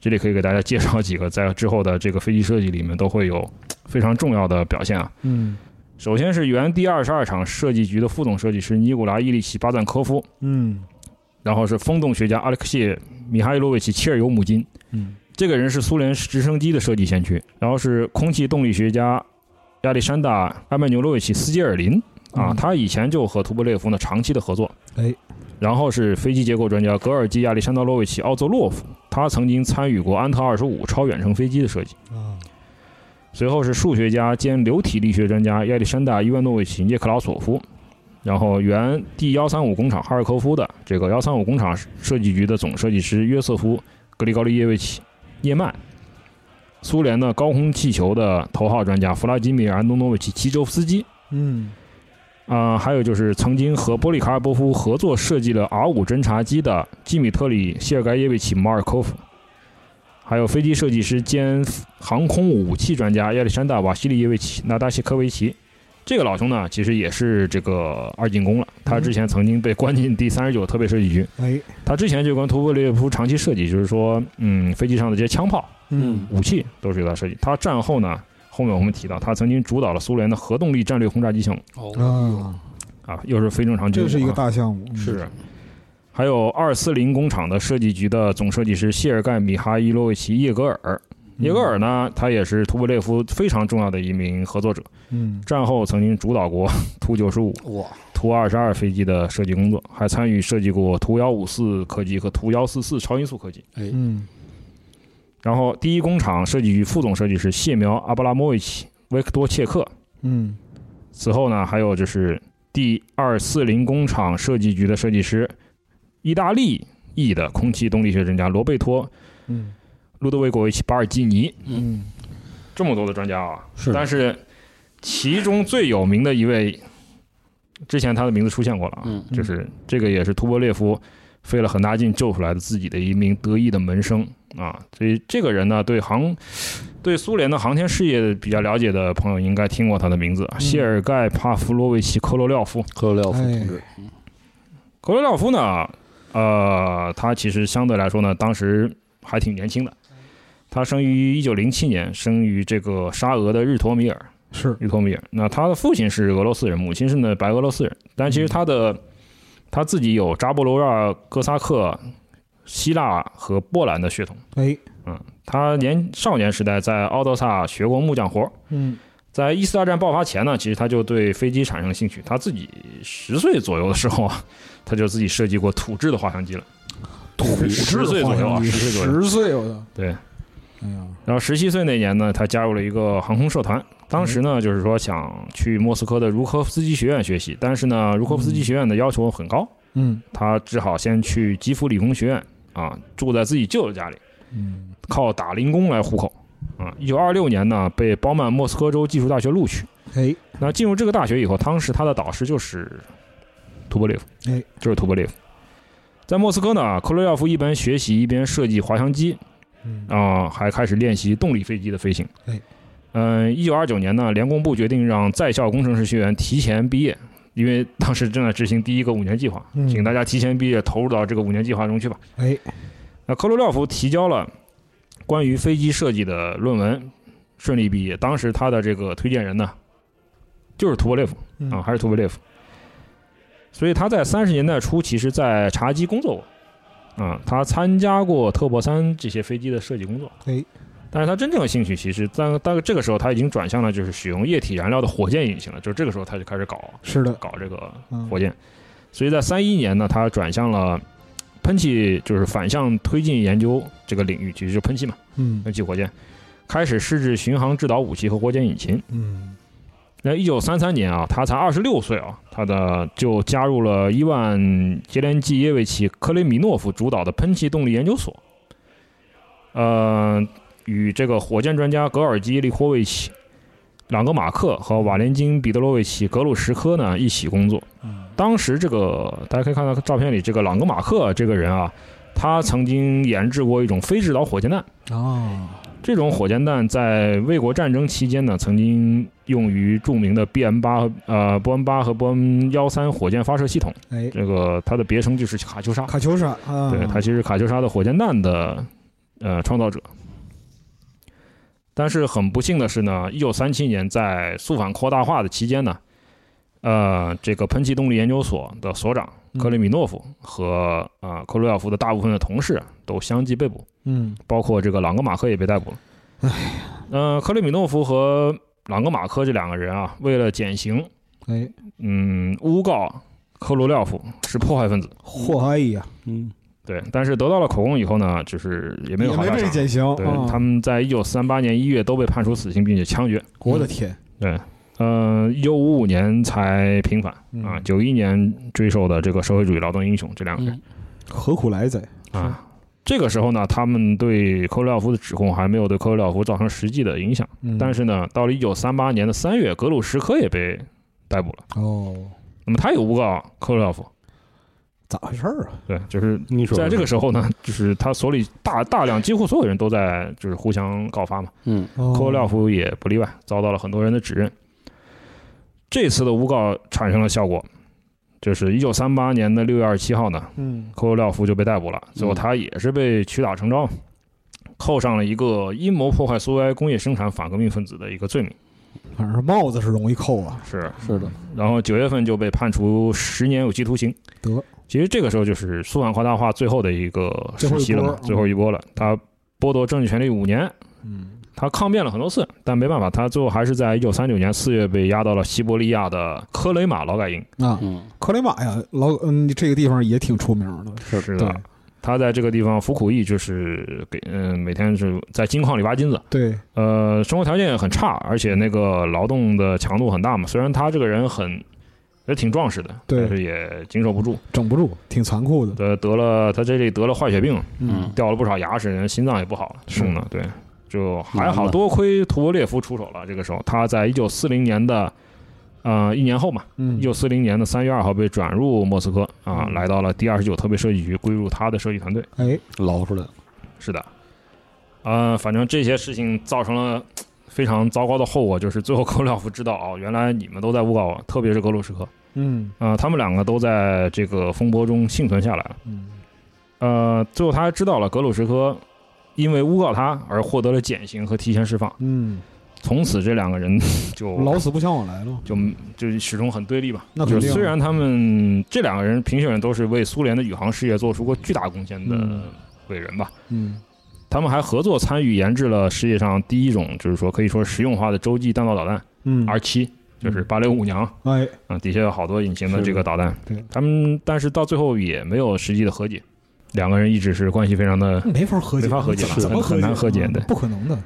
S4: 这里可以给大家介绍几个在之后的这个飞机设计里面都会有非常重要的表现啊。
S3: 嗯
S4: 首先是原第二十二厂设计局的副总设计师尼古拉伊里奇巴赞科夫，
S3: 嗯
S4: 然后是风洞学家阿列克谢米哈伊洛维奇切尔尤姆金，
S3: 嗯
S4: 这个人是苏联直升机的设计先驱，然后是空气动力学家亚历山大埃曼纽洛维奇斯基尔林啊
S3: 嗯，
S4: 他以前就和图波列夫呢长期的合作。
S3: 哎，
S4: 然后是飞机结构专家格尔基亚历山大洛维奇奥佐洛夫，他曾经参与过安特二十五超远程飞机的设计。
S3: 啊，
S4: 随后是数学家兼流体力学专家亚历山大伊万诺维奇涅克劳索夫，然后原第幺三五工厂哈尔科夫的这个幺三五工厂设计局的总设计师约瑟夫格里高利耶维奇叶曼，苏联的高空气球的头号专家弗拉基米尔安东诺维奇奇周夫斯基，
S3: 嗯
S4: 啊、还有就是曾经和波利卡尔波夫合作设计了 R 五侦察机的基米特里谢尔盖耶维奇马尔科夫，还有飞机设计师兼航空武器专家亚历山大瓦西里耶维奇纳达谢科维奇。这个老兄呢，其实也是这个二进宫了。他之前曾经被关进第三十九特别设计
S2: 嗯
S4: 局，
S3: 哎，
S4: 他之前就跟图波列夫长期设计，就是说，嗯，飞机上的这些枪炮、
S3: 嗯
S4: 武器都是由他设计。他战后呢，后面我们提到，他曾经主导了苏联的核动力战略轰炸机项目
S1: 哦，
S2: 嗯
S3: 啊，
S4: 啊，又是非正常军
S3: 这
S4: 务
S3: 是一个
S4: 啊
S3: 大项目，嗯
S4: 是。还有二四零工厂的设计局的总设计师谢尔盖·米哈伊洛维奇·叶格尔，
S3: 嗯
S4: 叶格尔呢，他也是图波列夫非常重要的一名合作者，
S3: 嗯
S4: 战后曾经主导过 图九十五、
S2: 哇，
S4: 图二十二飞机的设计工作，还参与设计过图幺五四客机和图幺四四超音速客机。
S3: 嗯
S4: 然后，第一工厂设计局副总设计师谢苗阿布拉莫维奇·维克多切克。
S3: 嗯
S4: 此后呢，还有就是第二四零工厂设计局的设计师，意大利裔的空气动力学专家罗贝托·
S3: 嗯
S4: 路德维果维奇·巴尔基尼。
S3: 嗯，
S4: 这么多的专家啊，
S2: 是
S4: 但是其中最有名的一位，之前他的名字出现过了啊，
S2: 嗯
S4: 就是这个也是图波列夫费了很大劲救出来的自己的一名得意的门生啊，所以这个人呢，对航对苏联的航天事业比较了解的朋友应该听过他的名字，啊谢尔盖·帕夫洛维奇·科罗廖夫。
S2: 科罗廖夫同志，
S4: 科罗廖夫呢，呃，他其实相对来说呢，当时还挺年轻的。他生于一九零七年，生于这个沙俄的日托米尔。
S3: 是
S4: 于托米尔。那他的父亲是俄罗斯人，母亲是呢白俄罗斯人，但其实他的、他自己有扎波罗热、哥萨克、希腊和波兰的血统。
S3: 哎，
S4: 他年少年时代在奥德萨学过木匠活，
S3: 嗯
S4: 在一次大战爆发前呢，其实他就对飞机产生了兴趣。他自己十岁左右的时候啊，他就自己设计过土制的滑翔机了。
S3: 土
S4: 10岁左右啊10岁左右
S3: 十岁我的，
S4: 对，
S3: 哎呀，
S4: 然后十七岁那年呢，他加入了一个航空社团。当时呢，就是说想去莫斯科的茹科夫斯基学院学习，但是呢，茹科夫斯基学院的要求很高，
S3: 嗯
S4: 他只好先去基辅理工学院啊，住在自己舅舅家里，
S3: 嗯
S4: 靠打零工来糊口啊。一九二六年呢，被包曼莫斯科州技术大学录取。
S3: 哎，
S4: 那进入这个大学以后，当时他的导师就是图波列夫，
S3: 哎，
S4: 就是图波列夫。在莫斯科呢，科罗廖夫一边学习一边设计滑翔机，
S3: 嗯
S4: 啊、还开始练习动力飞机的飞行
S3: 哎。
S4: 嗯，一九二九年呢，联工部决定让在校工程师学员提前毕业，因为当时正在执行第一个五年计划，
S3: 嗯
S4: 请大家提前毕业，投入到这个五年计划中去吧。
S3: 哎，
S4: 那科罗廖夫提交了关于飞机设计的论文，顺利毕业。当时他的这个推荐人呢，就是图波列夫
S3: 嗯
S4: 啊，还是图波列夫。所以他在三十年代初，其实在茶几工作过，啊，他参加过特博三这些飞机的设计工作。
S3: 哎，
S4: 但是他真正的兴趣，其实但但这个时候他已经转向了就是使用液体燃料的火箭引擎了，就这个时候他就开始搞
S3: 是的，
S4: 搞这个
S3: 嗯
S4: 火箭。所以在三一年呢，他转向了喷气，就是反向推进研究这个领域，其实就是喷气嘛，
S3: 嗯
S4: 喷气火箭，开始试制巡航制导武器和火箭引擎。
S3: 嗯
S4: 那一九三三年啊，他才二十六岁啊，他的就加入了伊万杰连季耶维奇·科雷米诺夫主导的喷气动力研究所，呃，与这个火箭专家格尔基利霍维奇、朗格马克和瓦连金彼得罗维奇·格鲁什科呢一起工作。
S3: 嗯
S4: 当时这个大家可以看到照片里这个朗格马克这个人啊，他曾经研制过一种非制导火箭弹。
S3: 啊，
S4: 这种火箭弹在卫国战争期间呢，曾经用于著名的 B M 八呃波恩八和波恩幺三火箭发射系统。
S3: 哎，
S4: 这个它的别称就是卡秋莎，
S3: 卡秋莎啊，
S4: 对，它其实是卡秋莎的火箭弹的呃创造者。但是很不幸的是呢，一九三七年在肃反扩大化的期间呢，呃，这个喷气动力研究所的所长
S3: 嗯
S4: 克里米诺夫和啊科罗廖夫的大部分的同事啊都相继被捕。
S3: 嗯
S4: 包括这个朗格马克也被逮捕了。
S3: 哎
S4: 呃，克里米诺夫和朗格马克这两个人啊，为了减刑，
S3: 哎，
S4: 嗯，诬告科罗廖夫是破坏分子，
S3: 嚯哎呀，
S2: 嗯，
S4: 对，但是得到了口供以后呢，就是也没有
S3: 也
S4: 好
S3: 没
S4: 下
S3: 被
S4: 场。
S3: 减刑，
S4: 对，
S3: 啊
S4: 他们在一九三八年一月都被判处死刑，并且枪决。
S3: 我的天，
S4: 对，呃，一九五五年才平反
S3: 嗯
S4: 啊，九一年追授的这个社会主义劳动英雄这两个人、
S3: 何苦来哉？
S4: 啊。这个时候呢，他们对科罗廖夫的指控还没有对科罗廖夫造成实际的影响。
S3: 嗯
S4: 但是呢，到了一九三八年的三月，格鲁什科也被逮捕了。
S3: 哦，
S4: 那么他也诬告科洛廖夫，
S3: 咋回事儿啊？
S4: 对，就是
S2: 你说
S4: 在这个时候呢，就是他所里大大量几乎所有人都在就是互相告发嘛，
S2: 嗯
S3: 哦
S4: 科罗廖夫也不例外，遭到了很多人的指认。这次的诬告产生了效果，就是一九三八年的六月二十七号呢，
S3: 嗯，
S4: 科罗廖夫就被逮捕了，最后
S2: 嗯
S4: 他也是被屈打成招，扣上了一个阴谋破坏苏维埃工业生产反革命分子的一个罪名。
S3: 反正帽子是容易扣啊。
S4: 是，
S2: 是的，
S4: 然后九月份就被判处十年有期徒刑。
S3: 得，
S4: 其实这个时候就是苏反跨大化最后的一个时期了嘛，
S3: 最
S4: 最
S3: 后
S4: 后一波了。他剥夺政治权利五年，
S3: 嗯，
S4: 他抗辩了很多次，但没办法，他最后还是在一九三九年四月被押到了西伯利亚的科雷马劳改营。
S3: 啊，
S2: 嗯，
S3: 克雷马呀，老嗯，这个地方也挺出名的。
S4: 是
S3: 对
S4: 的，他在这个地方服苦役，就是给嗯每天是在金矿里挖金子，
S3: 对，
S4: 呃，生活条件也很差，而且那个劳动的强度很大嘛。虽然他这个人很也挺壮实的，
S3: 对
S4: 但是也经受不住，
S3: 整不住，挺残酷的。
S4: 得得了他这里得了坏血病，
S2: 嗯
S4: 掉了不少牙齿，人心脏也不好，
S3: 是
S4: 呢，对，就还
S2: 难
S4: 好，
S2: 了
S4: 多亏图波列夫出手了。这个时候，他在一九四零年的呃一年后嘛，
S3: 嗯
S4: 一，九四零年的三月二号被转入莫斯科啊，
S3: 嗯
S4: 来到了第二十九特别设计局，归入他的设计团队。
S3: 哎，
S2: 捞出来了，
S4: 是的，呃，反正这些事情造成了。非常糟糕的后果就是，最后格鲁廖夫知道哦，原来你们都在诬告我，特别是格鲁什克，
S3: 嗯
S4: 啊、他们两个都在这个风波中幸存下来了。
S3: 嗯，
S4: 呃，最后他还知道了格鲁什科因为诬告他而获得了减刑和提前释放，
S3: 嗯，
S4: 从此这两个人 就
S3: 老死不相往来了。
S4: 就就始终很对立吧。
S3: 那
S4: 就
S3: 肯
S4: 是
S3: 定。啊
S4: 虽然他们这两个人评选人都是为苏联的宇航事业做出过巨大贡献的
S3: 嗯
S4: 伟人吧，
S3: 嗯，
S4: 他们还合作参与研制了世界上第一种就是说可以说实用化的洲际弹道导弹
S3: 嗯
S4: R 七，就是
S3: 嗯
S4: 八六五娘
S3: 哎，
S4: 啊，底下有好多隐形的
S2: 是
S4: 这个导弹
S3: 对。
S4: 他们但是到最后也没有实际的和解，两个人一直是关系非常的
S3: 没法和解，
S4: 没法和解了
S3: 怎么
S4: 很难和解
S3: 嗯
S4: 对
S3: 不可能的。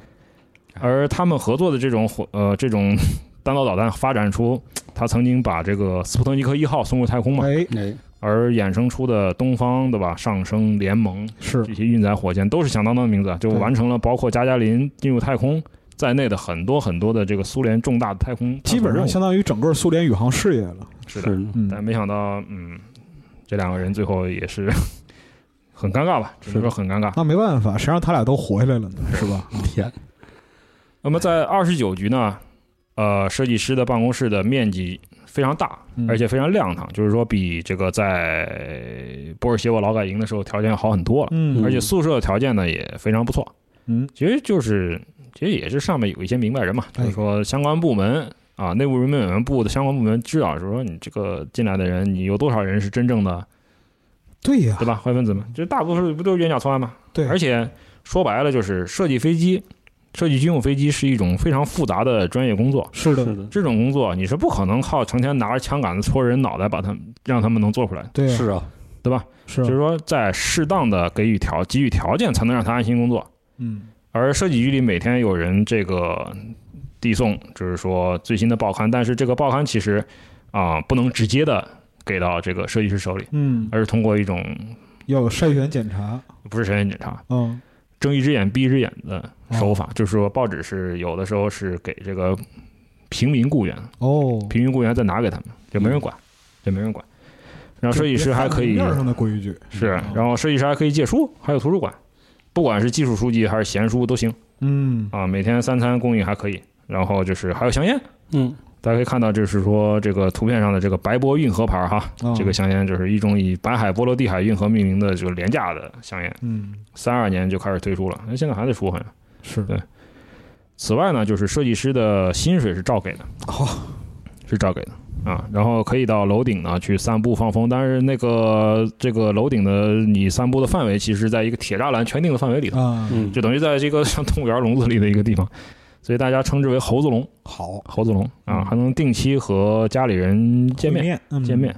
S4: 而他们合作的这种火呃这种弹道导弹发展出，他曾经把这个斯普特尼克一号送入太空嘛，
S3: 哎，
S2: 哎，
S4: 而衍生出的东方对吧上升联盟
S3: 是
S4: 这些运载火箭都是响当当的名字啊，就
S3: 对
S4: 完成了包括加加林进入太空在内的很多很多的这个苏联重大的太空
S3: 基本
S4: 探索任
S3: 上
S4: 务
S3: 相当于整个苏联宇航事业了。
S4: 是的，
S2: 是的，
S3: 嗯，
S4: 但没想到嗯这两个人最后也是 很尴尬吧，只能
S2: 是
S4: 说很尴尬。
S3: 那没办法，谁让他俩都活下来了呢？是吧？
S2: 天，
S4: 那么在二十九局呢，呃，设计师的办公室的面积非常大，
S3: 嗯
S4: 而且非常亮堂，就是说比这个在波尔谢沃劳改营的时候条件好很多了，
S3: 嗯
S4: 而且宿舍条件呢也非常不错。
S3: 嗯，
S4: 其实就是其实也是上面有一些明白人嘛，
S3: 哎
S4: 就是说相关部门。啊，内部人民委员部的相关部门知道，就是说你这个进来的人，你有多少人是真正的，
S3: 对呀
S4: 对，吧？坏分子嘛，这大部分不都是冤假错案吗？
S3: 对，
S4: 而且说白了就是设计飞机、设计军用飞机是一种非常复杂的专业工作。
S3: 是
S2: 是
S3: 的，
S2: 的，
S4: 这种工作你是不可能靠成天拿着枪杆子戳人脑袋把他们让他们能做出来的，
S3: 对呀，
S2: 是啊，
S4: 对吧？
S3: 是
S4: 就是
S3: 啊，
S4: 说在适当的给予条给予条件，才能让他安心工作。
S3: 嗯
S4: 而设计局里每天有人这个递送，就是说最新的报刊，但是这个报刊其实啊、不能直接的给到这个设计师手里，
S3: 嗯，
S4: 而是通过一种
S3: 要有筛选检查，
S4: 不是筛选检查，
S3: 嗯，
S4: 睁一只眼闭一只眼的
S3: 哦
S4: 手法，就是说报纸是有的时候是给这个平民雇员，
S3: 哦，
S4: 平民雇员再拿给他们，就没人管，就没人管。然后设计师还可以
S3: 面上的啊规矩
S4: 是，然后设计师还可以借书，还有图书馆，不管是技术书籍还是闲书都行
S3: 嗯，
S4: 啊。每天三餐供应还可以，然后就是还有香烟，
S2: 嗯，
S4: 大家可以看到，就是说这个图片上的这个白波运河牌儿哈，
S3: 啊
S4: 这个香烟就是一种以白海波罗的海运河命名的，就是廉价的香烟。
S3: 嗯
S4: 三二年就开始推出了，那现在还在出好像。
S3: 是
S4: 对此外呢，就是设计师的薪水是照给的，
S3: 好
S4: 是照给的啊。然后可以到楼顶呢去散步放风，但是那个这个楼顶的你散步的范围，其实在一个铁栅栏圈定的范围里头，
S3: 啊，
S2: 嗯，
S4: 就等于在这个像动物园笼子里的一个地方，所以大家称之为猴子笼，
S3: 好
S4: 猴子笼啊，
S3: 嗯
S4: 还能定期和家里人见面
S3: 面嗯
S4: 见面。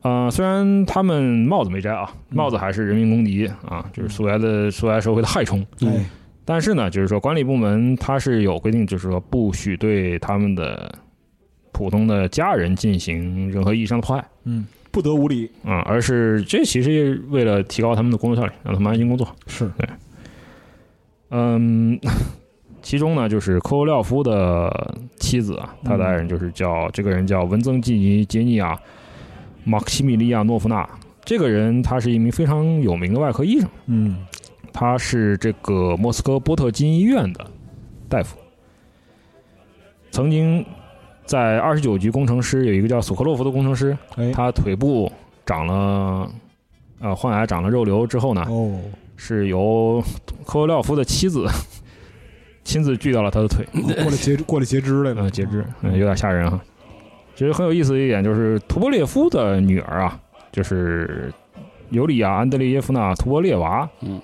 S4: 啊，虽然他们帽子没摘啊，
S3: 嗯
S4: 帽子还是人民公敌啊，就是苏维埃的苏维埃社会的害虫。
S3: 哎
S4: 但是呢，就是说管理部门它是有规定，就是说不许对他们的普通的家人进行任何意义上的迫害
S3: 嗯，不得无礼
S4: 啊、而是这其实也是为了提高他们的工作效率，让他们安心工作。
S3: 是
S4: 嗯， 其中呢，就是科罗廖夫的妻子啊，他的爱人就是叫、这个人叫文增季尼杰尼亚·马克西米利亚诺夫娜。这个人他是一名非常有名的外科医生，
S3: 嗯
S4: 他是这个莫斯科波特金医院的大夫，曾经在二十九级工程师有一个叫索科洛夫的工程师，
S3: 哎
S4: 他腿部长了呃患癌长了肉瘤之后呢，
S3: 哦
S4: 是由科罗廖夫的妻子 亲自锯掉了他的腿，
S3: 过来截过来截肢来了
S4: 呃，啊截肢，嗯、有点吓人哈。其实很有意思的一点就是，图波列夫的女儿啊，就是尤里亚·安德烈耶夫娜·图波列娃，
S2: 嗯，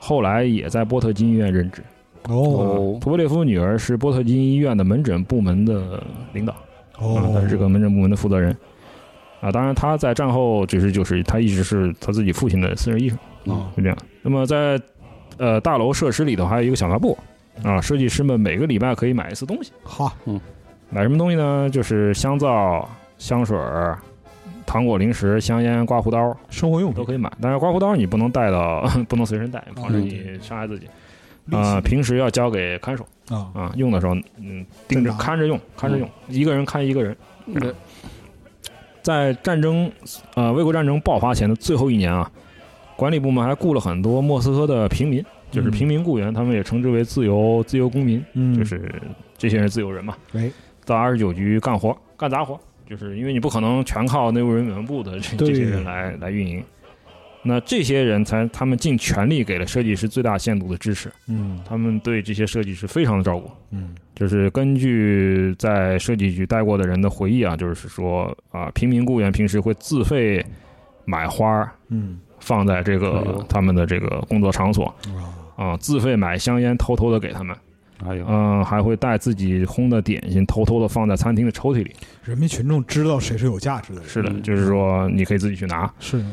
S4: 后来也在波特金医院任职。
S3: 哦
S4: 图波列夫女儿是波特金医院的门诊部门的领导，啊，
S3: 哦
S4: 他是这个门诊部门的负责人。啊，当然他在战后只是就是他一直是他自己父亲的私人医生。
S2: 啊，
S4: 就这样。那么在呃大楼设施里头还有一个小卖部啊，设计师们每个礼拜可以买一次东西，
S3: 哈
S4: 买什么东西呢？就是香皂、香水儿、糖果、零食、香烟、刮胡刀
S3: 生活用
S4: 都
S3: 品
S4: 可以买，但是刮胡刀你不能带到， 不能随身带，
S3: 哦
S4: 防止你伤害自己。啊、
S3: 利息
S4: 平时要交给看守
S3: 啊
S4: 啊，用的时候嗯盯
S3: 正
S4: 着
S3: 常嗯
S4: 看着用，看着用，一个人看一个人。
S2: 对
S4: 在战争，呃，卫国战争爆发前的最后一年啊，管理部门还雇了很多莫斯科的平民，就是平民雇员，他们也称之为自由自由公民，
S3: 嗯
S4: 就是这些人自由人嘛，
S3: 哎
S4: 到二十九局干活干杂活，就是因为你不可能全靠内务人员部的这
S3: 对
S4: 这些人来来运营。那这些人才，他们尽全力给了设计师最大限度的支持，
S3: 嗯
S4: 他们对这些设计师非常的照顾。
S3: 嗯
S4: 就是根据在设计局待过的人的回忆啊，就是说啊，平民雇员平时会自费买花儿
S3: 嗯
S4: 放在这
S2: 哎呦
S4: 个他们的这个工作场所
S3: 啊
S4: 啊，自费买香烟，偷偷的给他们，
S2: 哎呦，
S4: 嗯，还会带自己烘的点心，偷偷的放在餐厅的抽屉里。
S3: 人民群众知道谁是有价值的人
S4: 是的，
S2: 嗯
S4: 就是说你可以自己去拿。
S3: 是的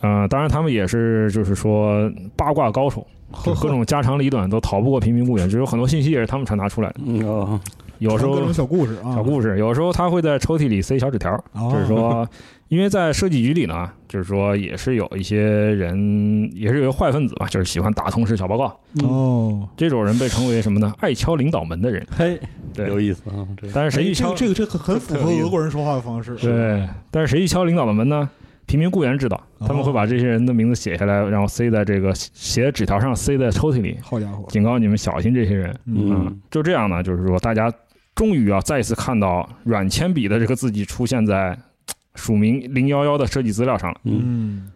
S4: 呃，当然他们也是就是说八卦 高手，就各种家长里短都逃不过平民雇员，只有很多信息也是他们传 达出来的。
S2: 嗯啊，
S4: 有时
S3: 各
S4: 候
S3: 种小故事啊
S4: 小故事，有时候他会在抽屉里塞小纸条。
S3: 哦
S4: 就是说，因为在设计局里呢，就是说也是有一些人，也是有坏分子吧，就是喜欢打同事小报告。
S3: 哦
S4: 这种人被称为什么呢？爱敲领导门的人。
S2: 嘿，
S4: 对
S2: 有意思啊，这
S4: 但是谁一敲，
S3: 哎这个这个这个很符合俄国人说话的方式
S4: 对，但是谁一敲领导的门呢？平民雇员知道，
S3: 哦
S4: 他们会把这些人的名字写下来，然后塞在这个写纸条上，塞在抽屉里，
S3: 好家伙
S4: 警告你们小心这些人。
S2: 嗯
S4: 就这样呢，就是说大家终于啊，再一次看到软铅笔的这个字迹出现在嘖署名零幺幺的设计资料上了。
S2: 嗯
S3: 嗯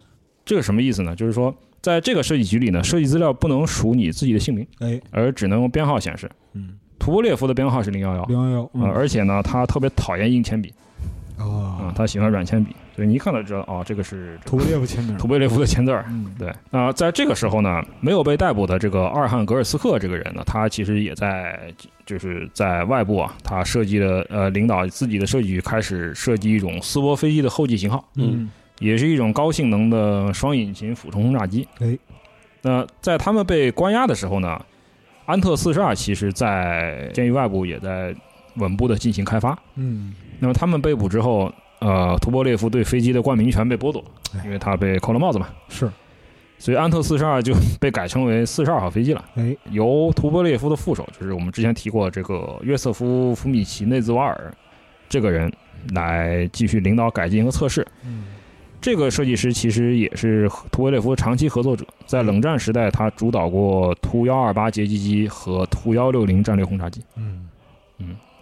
S4: 这个什么意思呢？就是说，在这个设计局里呢，设计资料不能署你自己的姓名，
S3: 哎
S4: 而只能用编号显示。
S3: 嗯
S4: 图波列夫的编号是零幺幺，
S3: 零幺幺嗯
S4: 啊，而且呢，他特别讨厌硬铅笔啊、
S3: 啊
S4: 他喜欢软铅笔，所以你一看就知道，哦，这个是
S3: 图布列夫签名
S4: 图波列夫的签字儿。
S3: 嗯
S4: 对，那、在这个时候呢，没有被逮捕的这个二汉格尔斯克这个人呢，他其实也在，就是在外部啊，他设计了呃，领导自己的设计局开始设计一种斯波飞机的后继型号，
S3: 嗯
S4: 也是一种高性能的双引擎俯冲轰炸机。
S3: 哎，
S4: 那在他们被关押的时候呢，安特四十二其实在监狱外部也在稳步的进行开发。
S3: 嗯
S4: 那么他们被捕之后，呃，图波列夫对飞机的冠名权被剥夺
S3: 哎，
S4: 因为他被扣了帽子嘛，
S3: 嗯是
S4: 所以安特四十二就被改称为四十二号飞机了。
S3: 哎
S4: 由图波列夫的副手，就是我们之前提过这个约瑟夫·福米奇内兹瓦尔这个人来继续领导改进和测试。
S3: 嗯
S4: 这个设计师其实也是图波列夫长期合作者，在冷战时代，他主导过图幺二八截击机和图幺六零战略轰炸机，
S3: 嗯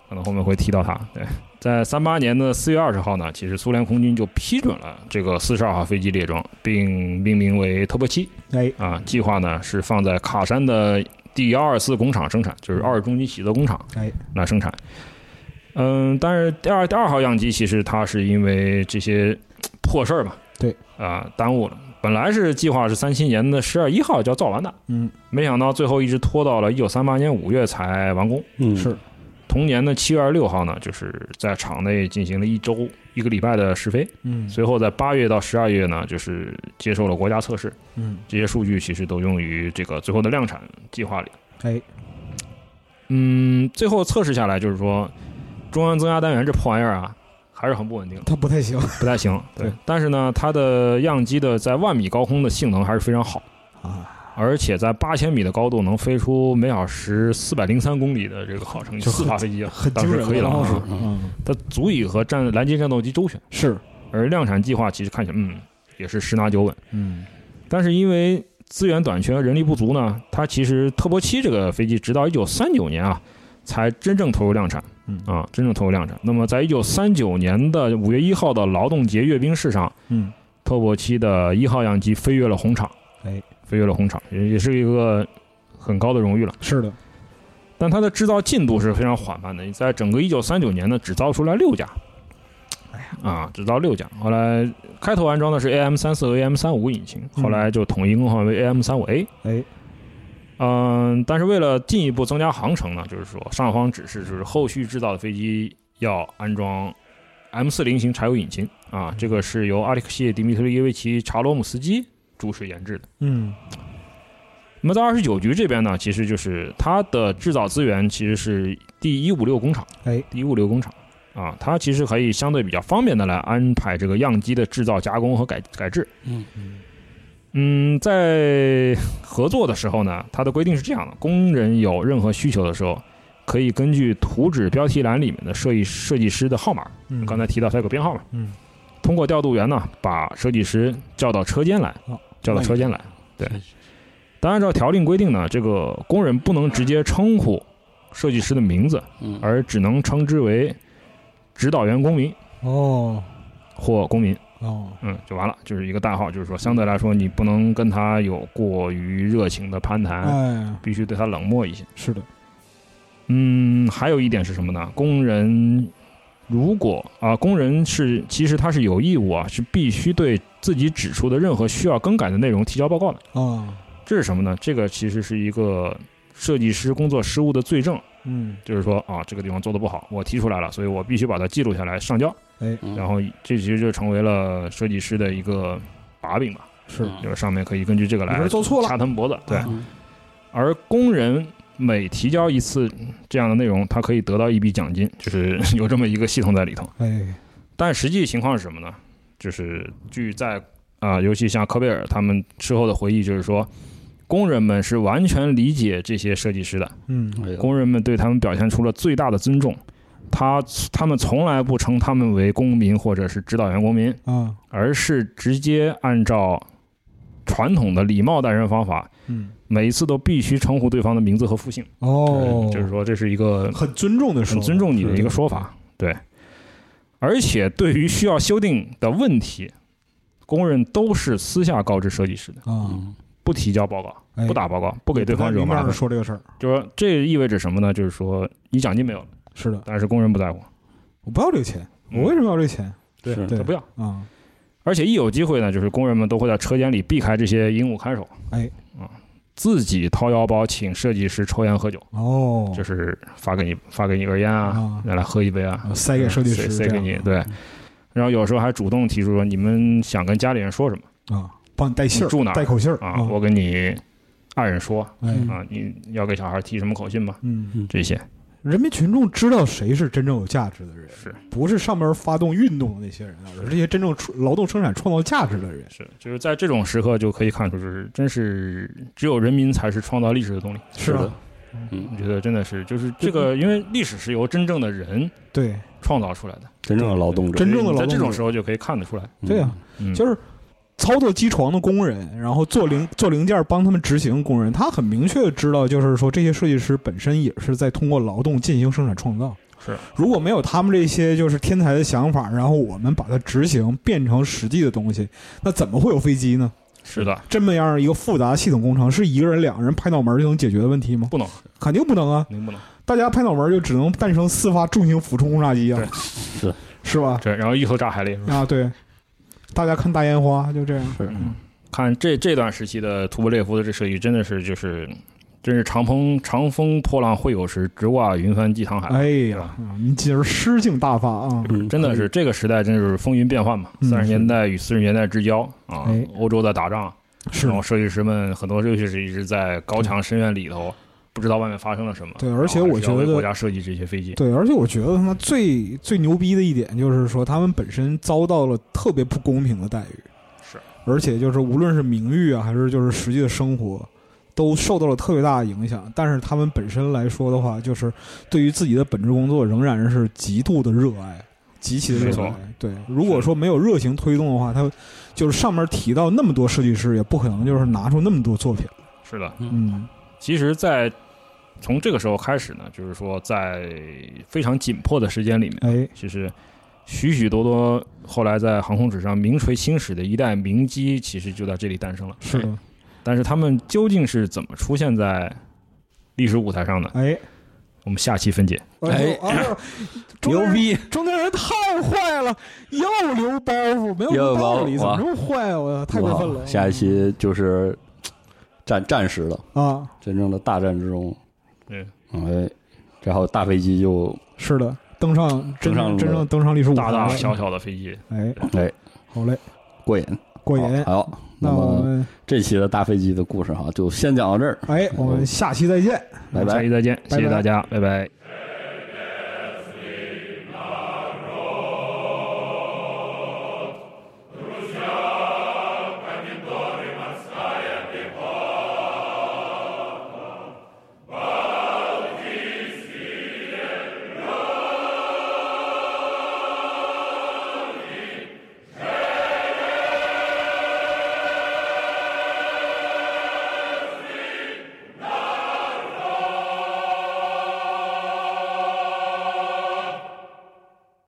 S4: 可能后面会提到他。对，在三八年的四月二十号呢，其实苏联空军就批准了这个四十二号飞机列装，并命名为特波七
S3: 哎
S4: 啊，计划呢是放在卡山的第幺二四工厂生产，就是二中级喜德工厂
S3: 哎
S4: 来生产。嗯，但是第二第二号样机其实它是因为这些破事儿嘛，
S3: 对
S4: 啊、耽误了。本来是计划是三七年的十月一号就要造完的，
S3: 嗯
S4: 没想到最后一直拖到了一九三八年五月才完工。
S2: 嗯
S3: 是
S4: 同年的七月二十六号呢，就是在场内进行了一周一个礼拜的试飞，
S3: 嗯
S4: 随后在八月到十二月呢，就是接受了国家测试。
S3: 嗯
S4: 这些数据其实都用于这个最后的量产计划里。
S3: 哎
S4: 嗯，最后测试下来就是说，中央增压单元这破玩意儿啊，还是很不稳定，
S3: 他不太行
S4: 不太行。
S3: 对，
S4: 但是呢，它的样机的在万米高空的性能还是非常好。
S3: 啊
S4: 而且在八千米的高度能飞出每小时四百零三公里的这个好成绩，
S3: 就
S4: 四
S3: 很
S4: 发飞机啊，
S3: 很
S4: 当
S3: 惊
S4: 时
S3: 人
S4: 可以了
S3: 当
S4: 啊
S3: 时，
S2: 嗯
S3: 嗯，
S4: 它足以和战蓝鲸战斗机周旋。
S3: 是，
S4: 而量产计划其实看起来，嗯，也是十拿九稳。
S3: 嗯，
S4: 但是因为资源短缺、人力不足呢，它其实特波七这个飞机直到一九三九年啊，才真正投入量产。
S3: 嗯
S4: 啊，真正投入量产。那么，在一九三九年的五月一号的劳动节阅兵式上，
S3: 嗯，
S4: 特波七的一号样机飞越了红场，
S3: 哎，
S4: 飞越了红场，也也是一个很高的荣誉了。
S3: 是的，
S4: 但它的制造进度是非常缓慢的，在整个一九三九年呢，只造出来六架，
S3: 哎
S4: 啊，只造六架。后来开头安装的是 AM 三四和 AM 三五引擎，
S3: 嗯
S4: 后来就统一更换为 AM 三五 A。
S3: 哎，
S4: 嗯，但是为了进一步增加航程呢，就是说上方指示就是后续制造的飞机要安装 M 四零型柴油引擎啊，这个是由阿列克谢·迪米特里耶维奇·查罗姆斯基主持研制的。
S3: 嗯，
S4: 那么在二十九局这边呢，其实就是它的制造资源其实是第一五六工厂，
S3: 哎，
S4: 第一五六工厂啊，它其实可以相对比较方便的来安排这个样机的制造、加工和改改制。
S2: 嗯
S4: 嗯，在 合作的时候呢，它的规定是这样的：工人有任何需求的时候，可以根据图纸标题栏里面的设计设计师的号码，
S3: 嗯，
S4: 刚才提到它有个编号嘛，
S3: 嗯，
S4: 通过调度员呢，把设计师叫到车间来
S3: 哦，
S4: 叫到车间来。对
S2: 是
S4: 但按照条令规定呢，这个工人不能直接称呼设计师的名字，
S2: 嗯，
S4: 而只能称之为指导员公民
S3: 哦
S4: 或公民。
S3: 哦，
S4: 嗯，就完了，就是一个代号，就是说相对来说你不能跟他有过于热情的攀谈，
S3: 哎，
S4: 必须对他冷漠一些。
S3: 是的，
S4: 嗯，还有一点是什么呢？工人如果啊、工人是其实他是有义务啊，是必须对自己指出的任何需要更改的内容提交报告的。
S3: 啊，
S4: 这是什么呢？这个其实是一个设计师工作失误的罪证，
S3: 嗯，
S4: 就是说啊，这个地方做的不好，我提出来了，所以我必须把它记录下来上交。
S3: 哎，
S2: 嗯
S4: 然后这其实就成为了设计师的一个把柄吧，
S3: 是，
S2: 嗯
S4: 就是上面可以根据这个
S3: 你
S4: 啊来
S3: 这做错
S4: 掐
S3: 了，
S4: 他们脖子。对，
S3: 啊
S2: 嗯
S4: 而工人每提交一次这样的内容，他可以得到一笔奖金，就是 有这么一个系统在里头。
S3: 哎，
S4: 但实际情况是什么呢？就是据在啊、尤其像科贝尔他们事后的回忆，就是说，工人们是完全理解这些设计师的，
S3: 嗯，
S2: 哎呦
S4: 工人们对他们表现出了最大的尊重。他他们从来不称他们为公民或者是指导员公民，
S3: 啊，
S4: 而是直接按照传统的礼貌待人方法，
S3: 嗯，
S4: 每一次都必须称呼对方的名字和复姓。
S3: 哦，
S4: 就是说这是一个
S3: 很尊重的说，
S4: 很尊重你的一个
S3: 是
S4: 说法，对。而且对于需要修订的问题，工人都是私下告知设计师的，
S3: 啊，
S2: 嗯
S4: 不提交报告，
S3: 哎
S4: 不打报告，不给对方惹麻
S3: 不太明面
S4: 烦
S3: 地。说这个事儿，
S4: 就说这意味着什么呢？就是说你奖金没有了，
S3: 是的，
S4: 但是工人不在乎，
S3: 我不要这个钱，
S4: 嗯
S3: 我为什么要这个钱？
S2: 对是
S3: 对
S4: 他不要。
S3: 啊，
S4: 而且一有机会呢，就是工人们都会在车间里避开这些鹦鹉看守，
S3: 哎，
S4: 啊，自己掏腰包请设计师抽烟喝酒，
S3: 哦，
S4: 就是发给你发给你根烟
S3: 啊
S4: 啊，来来喝一杯啊，
S3: 啊塞给设计师，啊
S4: 塞塞给你，对。然后有时候还主动提出说，你们想跟家里人说什么
S3: 啊，帮你带信儿，
S4: 你住哪儿
S3: 带口信儿
S4: 啊？我跟你爱人说
S3: 哎，
S4: 啊，你要给小孩提什么口信吗？
S3: 嗯，
S4: 这些
S3: 人民群众知道谁是真正有价值的人，
S4: 是
S3: 不是上面发动运动的那些人啊，而是这些真正出劳动生产创造价值的人。
S4: 是，就是在这种时刻就可以看出，就是真是只有人民才是创造历史的动力。
S3: 是
S2: 的
S3: 啊，，
S4: 我
S2: 嗯，
S4: 觉得真的是，就是这个，因为历史是由真正的人
S3: 对，
S4: 创造出来的，
S2: 真正的劳动者，
S3: 真正的劳
S4: 在
S3: 动
S4: 这种
S3: 者
S4: 时候就可以看得出来，
S2: 嗯
S3: 对啊，
S4: 嗯，
S3: 就是操作机床的工人，然后做零做零件帮他们执行工人，他很明确地知道，就是说这些设计师本身也是在通过劳动进行生产创造。
S4: 是，
S3: 如果没有他们这些就是天才的想法，然后我们把它执行变成实际的东西，那怎么会有飞机呢？
S4: 是的，
S3: 这么样一个复杂系统工程，是一个人、两个人拍脑门就能解决的问题吗？
S4: 不能，
S3: 肯定不能啊！
S4: 您不能。
S3: 大家拍脑门就只能诞生四发重型俯冲轰炸机啊
S4: 对，
S2: 是
S3: 是吧？
S4: 对，然后一头扎海里，是吧
S3: 啊，对，大家看大烟花就这样。
S2: 是，
S4: 嗯，看这这段时期的图波列夫的这设计，真的是就是，真是长风长风破浪会有时，直挂云帆济沧海。
S3: 哎
S4: 对
S3: 呀
S4: 吧，
S3: 啊您今儿诗性大发啊！
S2: 嗯，
S4: 真的是这个时代，真是风云变幻嘛！
S3: 嗯
S4: 三十年代与四十年代之交啊
S3: 哎，
S4: 欧洲在打仗，
S3: 是
S4: 然后设计师们很多设计师一直在高墙深院里头，不知道外面发生了什么。
S3: 对而且
S4: 然后
S3: 我
S4: 还是要
S3: 觉
S4: 为
S3: 得
S4: 国家设计这些飞机，
S3: 对，而且我觉得他妈最最牛逼的一点就是说，他们本身遭到了特别不公平的待遇，
S4: 是，
S3: 而且就是无论是名誉啊，还是就是实际的生活，都受到了特别大的影响，但是他们本身来说的话，就是对于自己的本职工作仍然是极度的热爱，极其的
S4: 没
S3: 热
S4: 错
S3: 爱。对，如果说没有热情推动的话，他就是上面提到那么多设计师，也不可能就是拿出那么多作品。
S4: 是的，
S3: 嗯，
S4: 其实，在从这个时候开始呢，就是说，在非常紧迫的时间里面，
S3: 哎，
S4: 其实许许多多后来在航空史上名垂青史的一代名机，其实就在这里诞生了。
S3: 是的，
S4: 但是他们究竟是怎么出现在历史舞台上的？
S3: 哎，
S4: 我们下期分解。
S2: 哎
S3: 哎呦，中
S2: 牛
S3: 间人
S2: 逼，
S3: 中间人太坏了，又留包袱，没
S2: 又
S3: 有
S2: 留包
S3: 道
S2: 袱
S3: 理，怎么这么坏啊？我操太过分
S2: 哇
S3: 了！
S2: 嗯下一期就是战战时了，
S3: 啊，
S2: 真正的大战之中，
S4: 对，
S2: 哎，然后大飞机就是
S3: 的，登上真
S2: 登上了
S3: 正真正登上历史舞台
S4: 大
S3: 了，
S4: 大小小的飞机，
S3: 哎，
S2: 哎
S3: 好嘞，
S2: 过瘾，
S3: 过瘾。
S2: 好，好
S3: 那我
S2: 么
S3: 们
S2: 这期的大飞机的故事哈，就先讲到这儿，
S3: 哎，我们下期再见。
S2: 拜拜
S4: 下。期再见，谢谢
S3: 拜拜
S4: 大家，拜拜